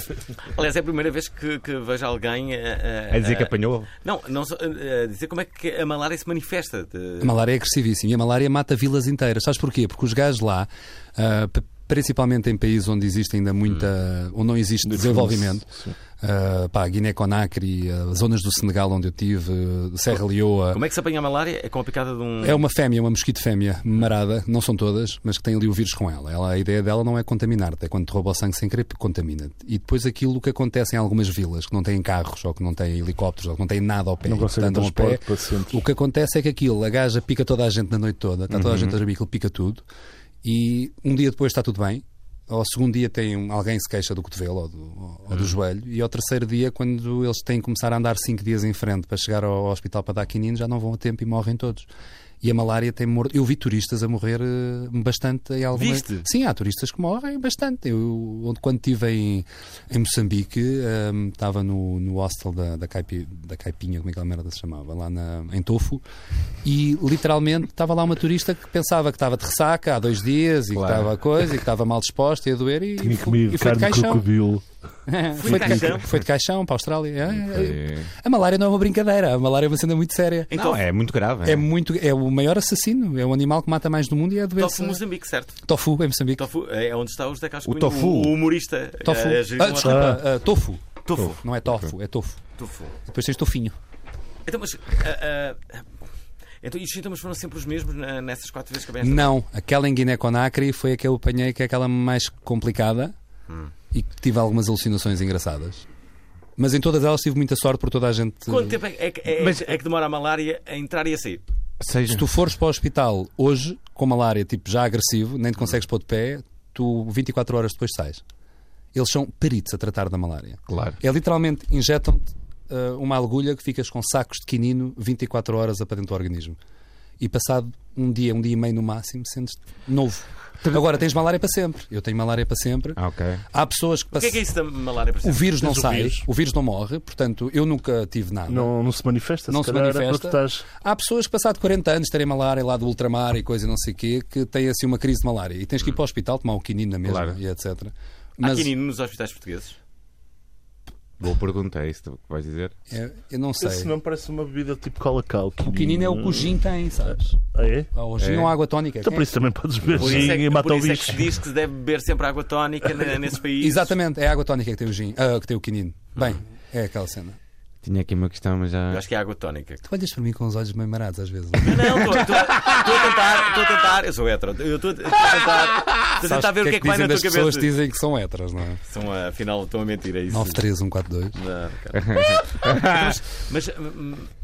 A: Aliás, é a primeira vez que, que vejo alguém a,
D: A dizer que apanhou.
A: Não, não só, eh, eh, dizer como é que a malária se manifesta. De-
E: A malária é agressivíssima e a malária mata vilas inteiras. Sabes porquê? Porque os gajos lá, ah, p- principalmente em países onde existe ainda muita. onde não existe desenvolvimento, ah, pá, Guiné-Conakry, ah, zonas do Senegal onde eu tive, ah, Serra Leoa.
A: Como é que se apanha a malária? É com a picada de um.
E: É uma fêmea, uma mosquito fêmea, marada, não são todas, mas que tem ali o vírus com ela. ela a ideia dela não é contaminar-te, é quando te rouba o sangue sem querer, contamina-te. E depois aquilo que acontece em algumas vilas, que não têm carros, ou que não têm helicópteros, ou que não têm nada ao pé,
C: Não
E: e que
C: conseguem
E: andam a pé,
C: transporte pacientes.
E: o que acontece é que aquilo, a gaja pica toda a gente na noite toda, está toda a gente a dormir, aquilo pica tudo, e um dia depois está tudo bem. Ao segundo dia tem um- alguém se queixa do cotovelo ou do, ou do joelho, e ao terceiro dia, quando eles têm que começar a andar cinco dias em frente para chegar ao, ao hospital para dar quinino, já não vão a tempo e morrem todos. E a malária tem morto. Eu vi turistas a morrer eh, bastante em algumas.
A: Viste?
E: Sim, há turistas que morrem bastante. Eu, onde- quando estive em, em Moçambique, hum, estava no, no hostel da, da, Caipi- da Caipinha, como é que a merda se chamava, lá na- em Tofo, e literalmente estava lá uma turista que pensava que estava de ressaca há dois dias e que estava a coisa e que estava mal disposta e a doer e,
C: Tinha
E: e
C: comido
E: e foi
C: carne
E: de
C: de
E: caixão.
C: crocodilo.
E: foi, de
A: caixão?
E: caixão. foi de caixão para a Austrália. É, é. A malária não é uma brincadeira, a malária é uma cena muito séria.
A: Então,
D: Não, é muito grave.
E: É,
D: é?
E: muito, é o maior assassino, é o animal que mata mais no mundo e é a doença.
A: Tofu Moçambique, certo?
E: Tofu, em Moçambique.
A: Tofu é onde está o José Carlos
D: O
A: Cunha,
D: tofu.
A: o humorista.
E: Tofu.
A: eh, a gerir um
E: Ah, desculpa,
A: hotel.
E: ah, tofu.
A: Tofu.
E: Não é tofu, é tofu.
A: Tofu.
E: Depois tens tofinho.
A: Então, mas. ah, ah, então, e os sintomas foram sempre os mesmos na- nessas quatro vezes que apanhaste?
E: Não, aquela em Guiné-Conakry foi a que eu apanhei, que é aquela mais complicada e que tive algumas alucinações engraçadas. Mas em todas elas tive muita sorte por toda a gente.
A: Quanto tempo é, que- é que- é-
D: Mas-
A: é que demora a malária a entrar e a sair?
E: Se
D: Seja...
E: tu fores para o hospital hoje com malária, tipo já agressivo, nem te consegues pôr de pé, tu 24 horas depois sais. Eles são peritos a tratar da malária.
D: Claro.
E: É literalmente eh, injetam-te ah, uma agulha que ficas com sacos de quinino 24 horas a para dentro do organismo. e passado um dia, um dia e meio no máximo, sentes novo. Agora tens malária para sempre. Eu tenho malária para sempre.
D: Ah, ok.
E: Há pessoas que
A: O que é que é
E: passam.
A: isso da malária para
E: O vírus não
C: Tens o
E: sai,
C: vírus.
E: o vírus não morre, portanto eu nunca tive nada.
C: Não, não se manifesta,
E: Não
C: se
E: se
C: calhar é
E: manifesta.
C: porque estás.
E: Há pessoas que, passado 40 anos, terem malária lá do ultramar e coisa e não sei o quê, que têm assim uma crise de malária e tens que ir para o hospital, tomar um quinino na mesma
D: Claro.
E: e etc.
A: Há
E: Mas
A: quinino nos hospitais portugueses?
D: Boa pergunta, é isso que vais dizer?
E: é, eu não sei.
C: Esse não parece uma bebida tipo Cola-Cal.
E: O quinino é o que o gin tem, sabes?
C: Ah, é?
E: Há O gin
D: É.
E: ou a água tónica.
C: Então
E: Quem é
C: por isso também podes beber
A: Por isso é,
C: gin e
A: que-
C: mata
A: por
C: o
A: isso é que se
C: bicho.
A: diz que se deve beber sempre água tónica ne- nesse país.
E: Exatamente, é a água tónica que tem o gin, ah, que tem o quinino.
A: Hum.
E: Bem, é aquela cena.
D: Tinha aqui uma questão, mas já.
A: Eu acho que é água tónica.
E: Tu olhas para mim com os olhos meio marados às vezes. não é?
A: Não, estou a tentar, estou a tentar. Eu sou hétero. Eu estou a tô a tentar, tô a tentar
E: Sabes
A: ver o que é que vai
E: dizem
A: na tua
E: das pessoas
A: cabeça.
E: que dizem que são heteras, não é?
A: São, afinal, estão a mentir, é isso.
E: 93142.
A: Não, cara. mas, mas,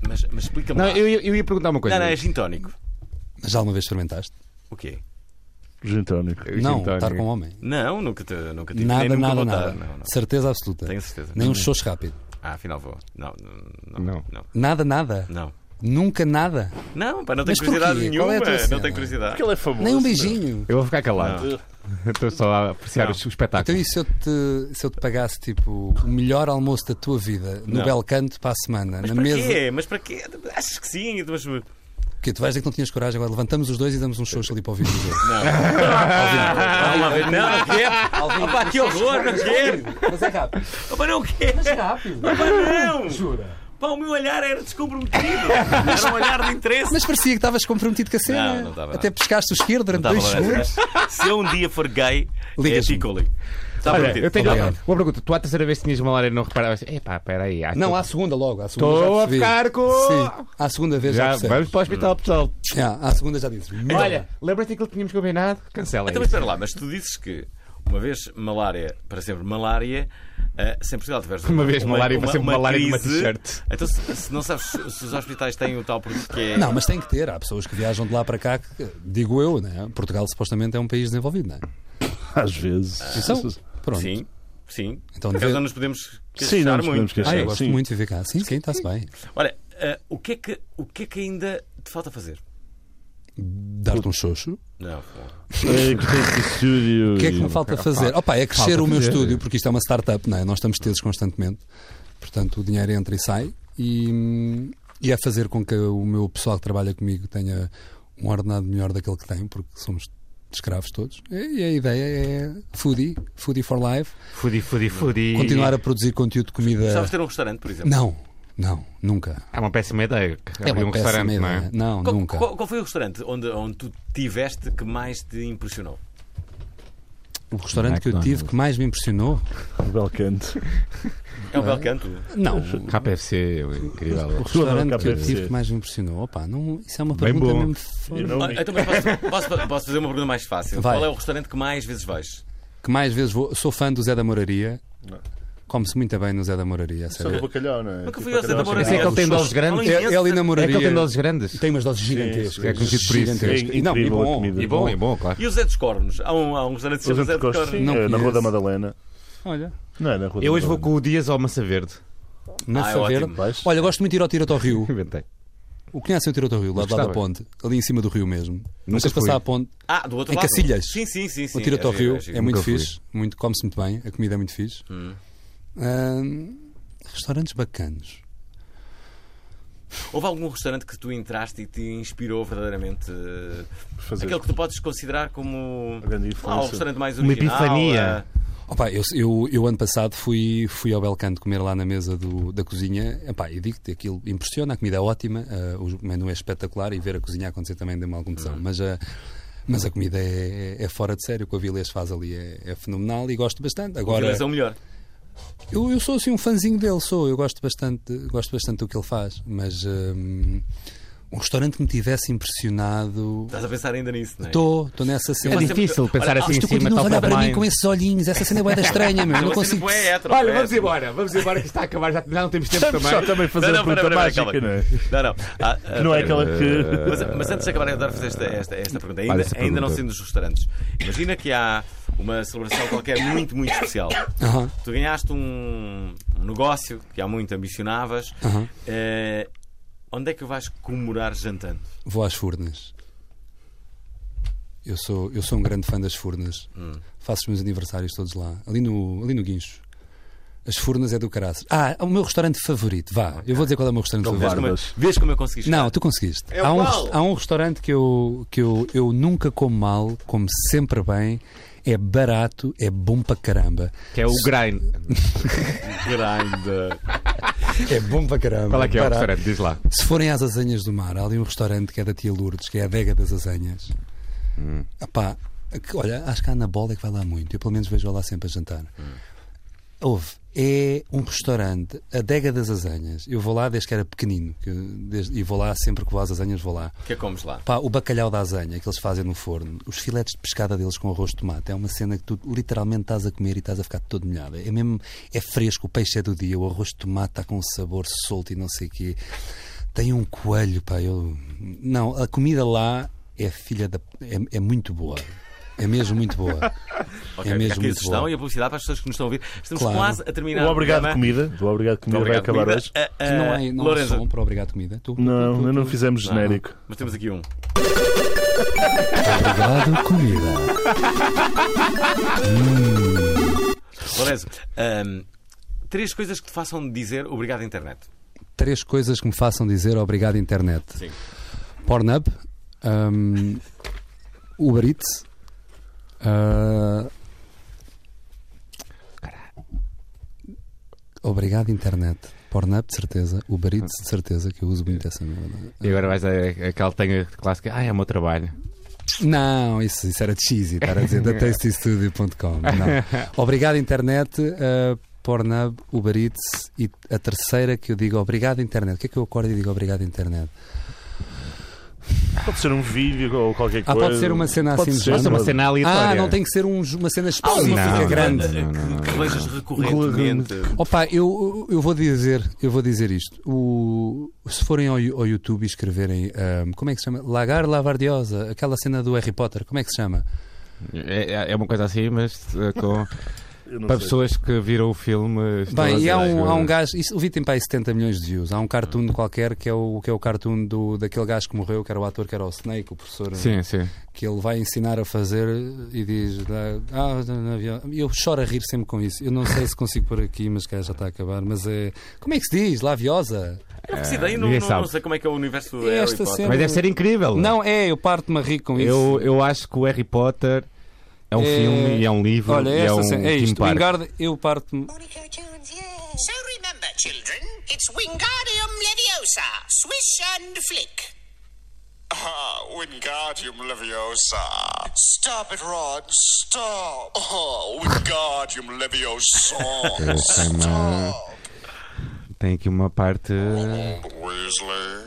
A: mas, mas explica-me.
D: Não,
A: lá.
D: eu, ia- eu ia perguntar uma coisa.
A: não, não, é gin tónico.
E: Mas já alguma vez experimentaste?
A: O quê?
C: Gin tónico.
D: Eu ia
E: não,
D: perguntar-
E: estar com um homem.
A: Não, nunca, te, nunca tive.
E: Nada,
A: nem nunca
E: nada,
A: vou dar.
E: nada.
A: Não, não.
E: Certeza absoluta.
A: Tenho Hum. certeza.
E: Nem um shows rápido.
A: Ah, afinal vou. Não, não.
D: Não.
A: Não,
E: Nada, nada.
A: não.
E: Nunca nada.
A: Não, pá, não tenho
E: Mas porquê?
A: curiosidade
E: Qual
A: nenhuma.
E: é a tua
A: não
E: cena?
A: tenho curiosidade.
C: Porque ele é famoso.
E: Nem
C: não
E: um
C: é?
E: beijinho.
D: Eu vou ficar calado. Estou só a apreciar
A: Não.
D: o espetáculo.
E: Então e se eu te, se eu te pagasse tipo o melhor almoço da tua vida no
A: Não.
E: Bel Canto para a semana,
A: Mas
E: na
A: para
E: mesa?
A: quê? Mas para quê? Achas que sim? Então, Mas... Não.
E: Porque tu vais dizer que não tinhas coragem, agora levantamos os dois e damos um show ali para ouvir os outros.
A: Ah, lá vem. Não, não quero.
E: Alvin,
A: Opa, que horror, não quero.
E: é Mas é rápido.
A: Opa, não quero.
E: Mas é rápido.
A: Opa, não.
E: Jura.
A: Pá, o meu olhar era descomprometido. Era um olhar de interesse.
E: Mas parecia que estavas comprometido com a cena.
A: Não, não estava,
E: Até
A: não.
E: pescaste o esquerdo durante
A: Tá bom,
E: dois segundos.
A: mas Se eu um dia for gay, é
E: Ligas-me.
A: assim que eu ligo. Está
D: Olha,
A: prometido. Tá
D: eu tenho
E: Obrigado.
D: uma pergunta. Tu à terceira vez que tinhas malária e não reparavas. Epá, peraí. acho
E: Não,
D: que-
E: à segunda logo. À segunda
D: Estou
E: já
D: a
E: percebi.
D: ficar com.
E: Sim, à segunda vez já,
D: Já,
E: percebi.
D: Ah, vamos para o hospital, pessoal.
E: Já, à segunda já disse.
D: Olha, lembras-te daquilo que tínhamos combinado? Cancela
A: Então, mas espera lá, mas tu dizes que uma vez malária, para sempre malária, ah, se em Portugal tiveres
D: Uma vez malária, para sempre malária numa
A: crise,
D: t-shirt.
A: Então, se, se não sabes se se os hospitais têm o tal produto que é.
E: Não, mas tem que ter. Há pessoas que viajam de lá para cá, que, digo eu, né? Portugal supostamente é um país desenvolvido, não é?
C: Às vezes.
E: Então, pronto.
A: Sim, sim.
E: Então,
A: Por acaso
E: deve-
A: não nos podemos queixar
C: Sim, não nos
A: muito.
C: podemos queixar.
E: Ah, eu gosto
C: Sim.
E: muito de viver cá. Sim, sim, está-se bem.
A: Olha, ah, o, que é que, o que é que ainda te falta fazer?
E: Dar-te um xoxo.
A: Não,
C: É, que tem estúdio.
E: O que é que me falta fazer? Opa, é crescer
D: Falta
E: o meu
D: fazer.
E: estúdio, porque isto é uma startup, não é? Nós estamos tesos constantemente. Portanto, o dinheiro entra e sai. E, e é fazer com que o meu pessoal que trabalha comigo tenha um ordenado melhor daquele que tem, porque somos escravos todos. E a ideia é foodie, foodie for life.
D: Fudi, fudi, fudi.
E: Continuar a produzir conteúdo de comida.
A: Sabes ter um restaurante, por exemplo?
E: Não, não, nunca.
D: É uma péssima ideia.
E: É
D: Abrir
E: uma
D: um
E: péssima
D: restaurante, não
E: ideia.
D: é?
E: Não,
A: Qual,
E: nunca.
A: qual- qual foi o restaurante onde, onde tu tiveste que mais te impressionou?
E: O restaurante que eu tive que mais me impressionou?
C: Belcanto.
A: É um belo canto.
E: Não.
D: KFC, é
E: O
D: incrível.
E: restaurante que eu
C: KFC.
E: tive que mais me impressionou? Opa, não, isso é uma
D: Bem
E: pergunta
D: bom.
E: mesmo foda.
C: Eu não
A: Ah, então, mas posso, posso- posso fazer uma pergunta mais fácil.
E: Um Vai.
A: Qual é o restaurante que mais vezes vais?
E: que mais vezes vou. Sou fã do Zé da Moraria. Come-se muito bem no Zé da Moraria, a
C: Só do
E: sério.
C: bacalhau, não é?
A: Nunca fui
C: Tipo,
A: ao Zé da
C: bacalhau
A: Moura.
D: Mas é que ele tem doses grandes?
E: É, é ali na
D: É que
E: Moraria.
D: ele tem doses grandes.
E: Tem umas doses gigantescas.
C: sim,
D: é conhecido por isso.
E: Gigantescas.
C: É
E: E não, e
C: incrível a
E: bom.
C: comida.
E: E bom.
D: é bom, claro.
A: E o Zé dos Cornos? Há um, há um restaurante que se
C: Os
A: chama Zé dos
C: anticostos,
A: Cornos.
C: sim,
E: Não
C: é, na Rua
E: conheço.
C: da Madalena.
E: Olha.
D: Ah,
C: Não é na Rua da
D: Eu hoje vou com
C: Madalena.
D: o Dias ao Massa Verde.
E: Na
A: Ah, é
E: Faverde.
A: ótimo.
C: Vais?
E: Olha, gosto muito de ir ao Tiro ao Rio.
D: Inventei.
E: O conhecem o Tiro ao Rio, lá,
D: Mas
E: lá da
D: gostava.
E: ponte. Ali em cima do rio mesmo.
D: Nunca
E: Vocês
D: fui.
E: passar a ponte.
A: Ah, do outro
E: Em
A: lado.
E: Cacilhas.
A: Sim, sim, sim. sim.
E: o Tiro ao
A: giro,
E: Rio
A: giro.
E: é muito
D: Nunca fui. Hum.
E: fixe. Muito, Come-se muito bem. A comida é muito fixe. Ahn, restaurantes bacanos.
A: Houve algum restaurante que tu entraste e te inspirou verdadeiramente? eh,
C: fazer.
A: Aquele que tu podes considerar como
C: A grande
A: ah, o
C: influência.
A: restaurante mais
D: Uma
A: original.
D: epifania.
A: eh,
E: Opa, eu, eu, eu ano passado fui, fui ao Belcanto comer lá na mesa do- da cozinha Epá, e digo-te, aquilo impressiona, a comida é ótima, ah, o menu é espetacular e ver a cozinha acontecer também deu-me algum tesão. Mas, a- mas a comida é, é fora de sério, o que a Vilés faz ali é, é fenomenal e gosto bastante.
A: o
E: Agora,
A: Vilas é o melhor.
E: eu, eu sou assim um fãzinho dele, sou, eu gosto bastante, gosto bastante do que ele faz, mas hum, um restaurante que me tivesse impressionado.
A: Estás a pensar ainda nisso, não é?
E: Estou, estou nessa cena.
D: É
A: Mas
D: difícil
A: sempre-
D: pensar
A: Olha,
E: Ah,
D: assim
E: mas
D: em
E: tu
D: cima,
E: continuas a
D: top
E: olhar
D: of
E: para mim
D: mind.
E: com esses olhinhos, essa cena é bué da estranha, meu. Eu não
A: Você
E: consigo.
A: não é hétero,
D: Olha, vamos
A: parece-me.
D: embora, vamos embora, que está a acabar, já, já não temos tempo
C: Estamos só
D: também.
C: também a fazer
A: Não,
C: a
A: não, pera,
C: pergunta
A: pera,
C: mágica,
A: calma.
C: não é?
A: Não, não. Ah, ah,
C: Não
A: pera.
C: é aquela que.
A: Mas, mas antes de acabar, eu adoro fazer esta, esta, esta pergunta. Ainda,
D: Olha, essa
A: ainda não
D: pergunta.
A: sendo dos restaurantes. Imagina que há uma celebração qualquer muito, muito especial.
E: Aham.
A: Tu ganhaste um, um negócio que há muito ambicionavas.
E: Aham.
A: eh, Onde é que vais comemorar jantando?
E: Vou às furnas. Eu sou, eu sou um grande fã das furnas. Faço os meus aniversários todos lá. Ali no, ali no Guincho. As furnas é do caraças. Ah, o meu restaurante favorito. Vá, eu vou dizer qual é o meu restaurante
C: Então
A: Vês
E: favorito.
A: como, eu-
C: Barbas.
A: vês como eu consegui chegar?
E: Não, tu conseguiste.
A: É
E: há, um,
A: qual?
E: res- há um restaurante que, eu, que eu, eu nunca como mal, como sempre bem. É barato, é bom para caramba.
D: Que é o grind.
A: Grande.
E: É bom para caramba.
B: Qual é que é o
E: Barato.
B: restaurante? Diz lá.
E: Se forem às Azanhas do Mar, há ali um restaurante que é da Tia Lourdes, que é a Adega das Azanhas. Epá, que- olha, acho que a Ana Bola é que vai lá muito. Eu pelo menos vejo lá sempre a jantar. Houve. É um restaurante, a Adega das Azanhas. Eu vou lá desde que era pequenino. que eu- desde- e vou lá sempre que vou às Azanhas, vou lá.
A: O que é que comes lá?
E: Pá, o bacalhau da azanha que eles fazem no forno, os filetes de pescada deles com arroz de tomate, é uma cena que tu literalmente estás a comer e estás a ficar todo molhado. É mesmo, é fresco, o peixe é do dia, o arroz de tomate está com um sabor solto e não sei o quê. Tem um coelho, pá, eu... Não, a comida lá é filha da... é, é muito boa. É mesmo muito boa.
A: Ok,
E: é
A: fica
E: mesmo
A: aqui a
E: muito
A: sugestão
E: boa.
A: e a publicidade para as pessoas que nos estão a ouvir. Estamos
E: Claro.
A: quase a terminar.
C: O Um Obrigado
A: programa.
C: Comida. O Obrigado Comida vai acabar
A: é? Comida.
C: hoje.
A: Ah, ah,
E: não há, não há
A: Lourenço,
E: som para obrigado comida? Tu?
C: Não, ainda não fizemos
A: Não,
C: genérico.
A: Mas temos aqui um.
E: Obrigado comida.
A: Lourenço, ahm, ehm, três coisas que te façam dizer obrigado à internet.
E: Três coisas que me façam dizer obrigado internet.
A: Sim.
E: Pornhub, um, Uber Eats, ah, Obrigado, internet. Pornhub, de certeza. Uber Eats, de certeza, que eu uso muito essa merda. é?
B: E agora vais a aquela tenha clássica. Ah, é o meu trabalho.
E: Não, isso, isso era cheesy, estar a dizer da tastystudio.com. Não. Obrigado, internet. ah, Pornhub, Uber Eats e a terceira que eu digo obrigado, internet. O que é que eu acordo e digo obrigado, internet?
C: Pode ser um vídeo ou qualquer
E: Ah,
C: coisa.
E: pode ser uma cena
C: Pode
E: assim de
C: ser.
B: Mas é
E: género.
C: Pode
B: uma cena aleatória.
E: Ah, não tem que ser um- uma cena específica
B: não, não,
E: grande.
A: Que-
B: não, não, não.
A: Que vejas recorrentemente.
E: Opa, eu, eu vou dizer, eu vou dizer isto. O- se forem ao, ao YouTube e escreverem, ahm, como é que se chama? Lagar Lavardiosa, aquela cena do Harry Potter, como é que se chama?
B: É, é uma coisa assim, mas eh, com-
C: Eu não
B: para
C: sei.
B: pessoas que viram o filme. estou a
E: Bem, e há
B: dizer,
E: um, há um
B: eu-
E: gajo, isso, o vídeo tem para aí 70 milhões de views. Há um cartoon qualquer que é o, que é o cartoon do, daquele gajo que morreu, que era o ator, que era o Snake, o professor,
B: Sim, sim.
E: que ele vai ensinar a fazer e diz: Ah, no avião." eu choro a rir sempre com isso. Eu não sei se consigo pôr aqui, mas cá já está a acabar. Mas é. Como é que se diz? Laviosa?
A: Eu precisei, não,
B: ninguém
A: não,
B: sabe.
A: não sei como é que é o universo do
E: Esta
A: Harry Potter.
E: cena-
B: Mas deve ser incrível.
E: Não, é, eu parto-me a rir com isso.
B: Eu, eu acho que o Harry Potter é um
E: É-
B: filme e é um livro
E: Olha,
B: e é
E: esta
B: um
E: cena- é
B: Tim
E: isto.
B: Park.
E: Wingard, eu parto-me.
G: Monica Jones, yeah. So remember, children, it's Wingardium Leviosa, swish and flick.
F: Ah, Wingardium Leviosa.
G: Stop it, Rod. Stop.
F: Oh, Wingardium Leviosa.
B: Deus, tem uma- Tem aqui uma parte.
F: Weasley.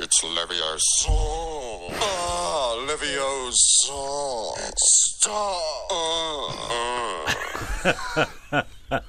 F: It's Leviosa. Ah, Leviosa. Ah, Stop.
E: Pá,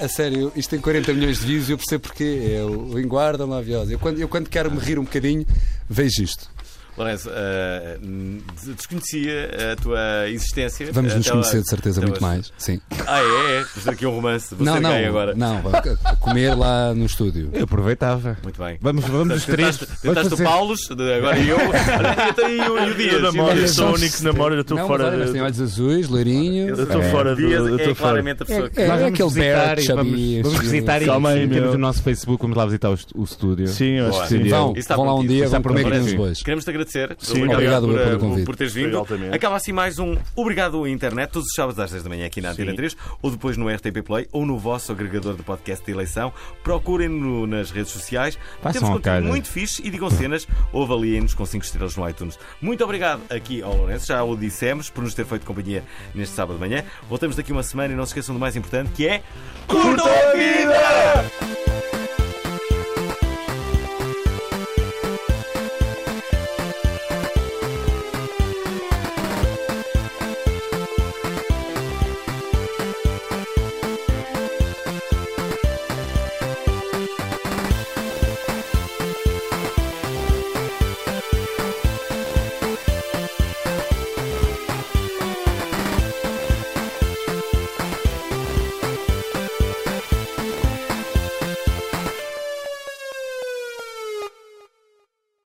E: a sério, isto tem 40 milhões de views e eu percebo porque é o Linguarda Laviosa. Eu quando, eu quando quero me rir um bocadinho, vejo isto.
A: Lourenço, ah, hum, des- desconhecia a tua existência.
E: Vamos nos
A: É, Até
E: conhecer
A: hoje.
E: de certeza
A: Até
E: muito
A: hoje.
E: mais. Sim.
A: Ah, é? é. Isto aqui é um romance. Vou
E: não,
A: ser
E: não.
A: gay agora.
E: Não, vá, c- comer lá no estúdio.
B: Eu aproveitava.
A: Muito bem.
B: Vamos, vamos os três.
A: Tentaste,
B: vamos
A: tentaste
B: fazer-
A: o Paulos, de- agora eu. Olha, até aí o, e o Dias.
C: Eu namoro,
A: E o
C: eu
A: Dias.
C: sou o único que namora, eu estou
E: não,
C: fora
E: mas olha, mas
C: de-
E: tem olhos azuis, loirinho.
C: Eu estou
A: É.
C: fora do.
A: Dias
C: Eu
A: é
C: estou fora.
A: claramente a pessoa que.
E: É,
B: Nós
E: é
B: vamos
E: aquele
B: visitar
E: Bert
B: e vamos,
E: Xabi,
B: vamos
E: Xabi.
B: visitar e
C: Calma aí,
B: sim,
C: meu.
B: temos o nosso Facebook, vamos lá visitar o, est- o estúdio.
C: Sim, eu acho
A: Boa.
C: que sim.
E: Vão,
A: Isso está
E: vão lá um
A: prometido.
E: dia,
B: Isso está
E: vão comer aqui
B: prometido.
E: nos dois.
A: Queremos te agradecer.
C: Sim,
E: obrigado
A: por,
E: pelo
A: eh,
E: convite.
A: por teres
C: Foi
A: vindo.
C: altamente.
A: Acaba assim mais um Obrigado à Internet, todos os sábados às 10 da manhã aqui na Antena
C: Sim.
A: 3, ou depois no RTP Play ou no vosso agregador de podcast de eleição. Procurem-no nas redes sociais.
B: Façam
A: Temos
B: ao
A: conteúdo
B: calho.
A: muito fixe e digam cenas ou avaliem-nos com 5 estrelas no iTunes. Muito obrigado aqui ao Lourenço, já o dissemos, por nos ter feito companhia neste sábado de manhã. Voltamos daqui uma semana e não se esqueçam do mais importante que é. Curta a vida!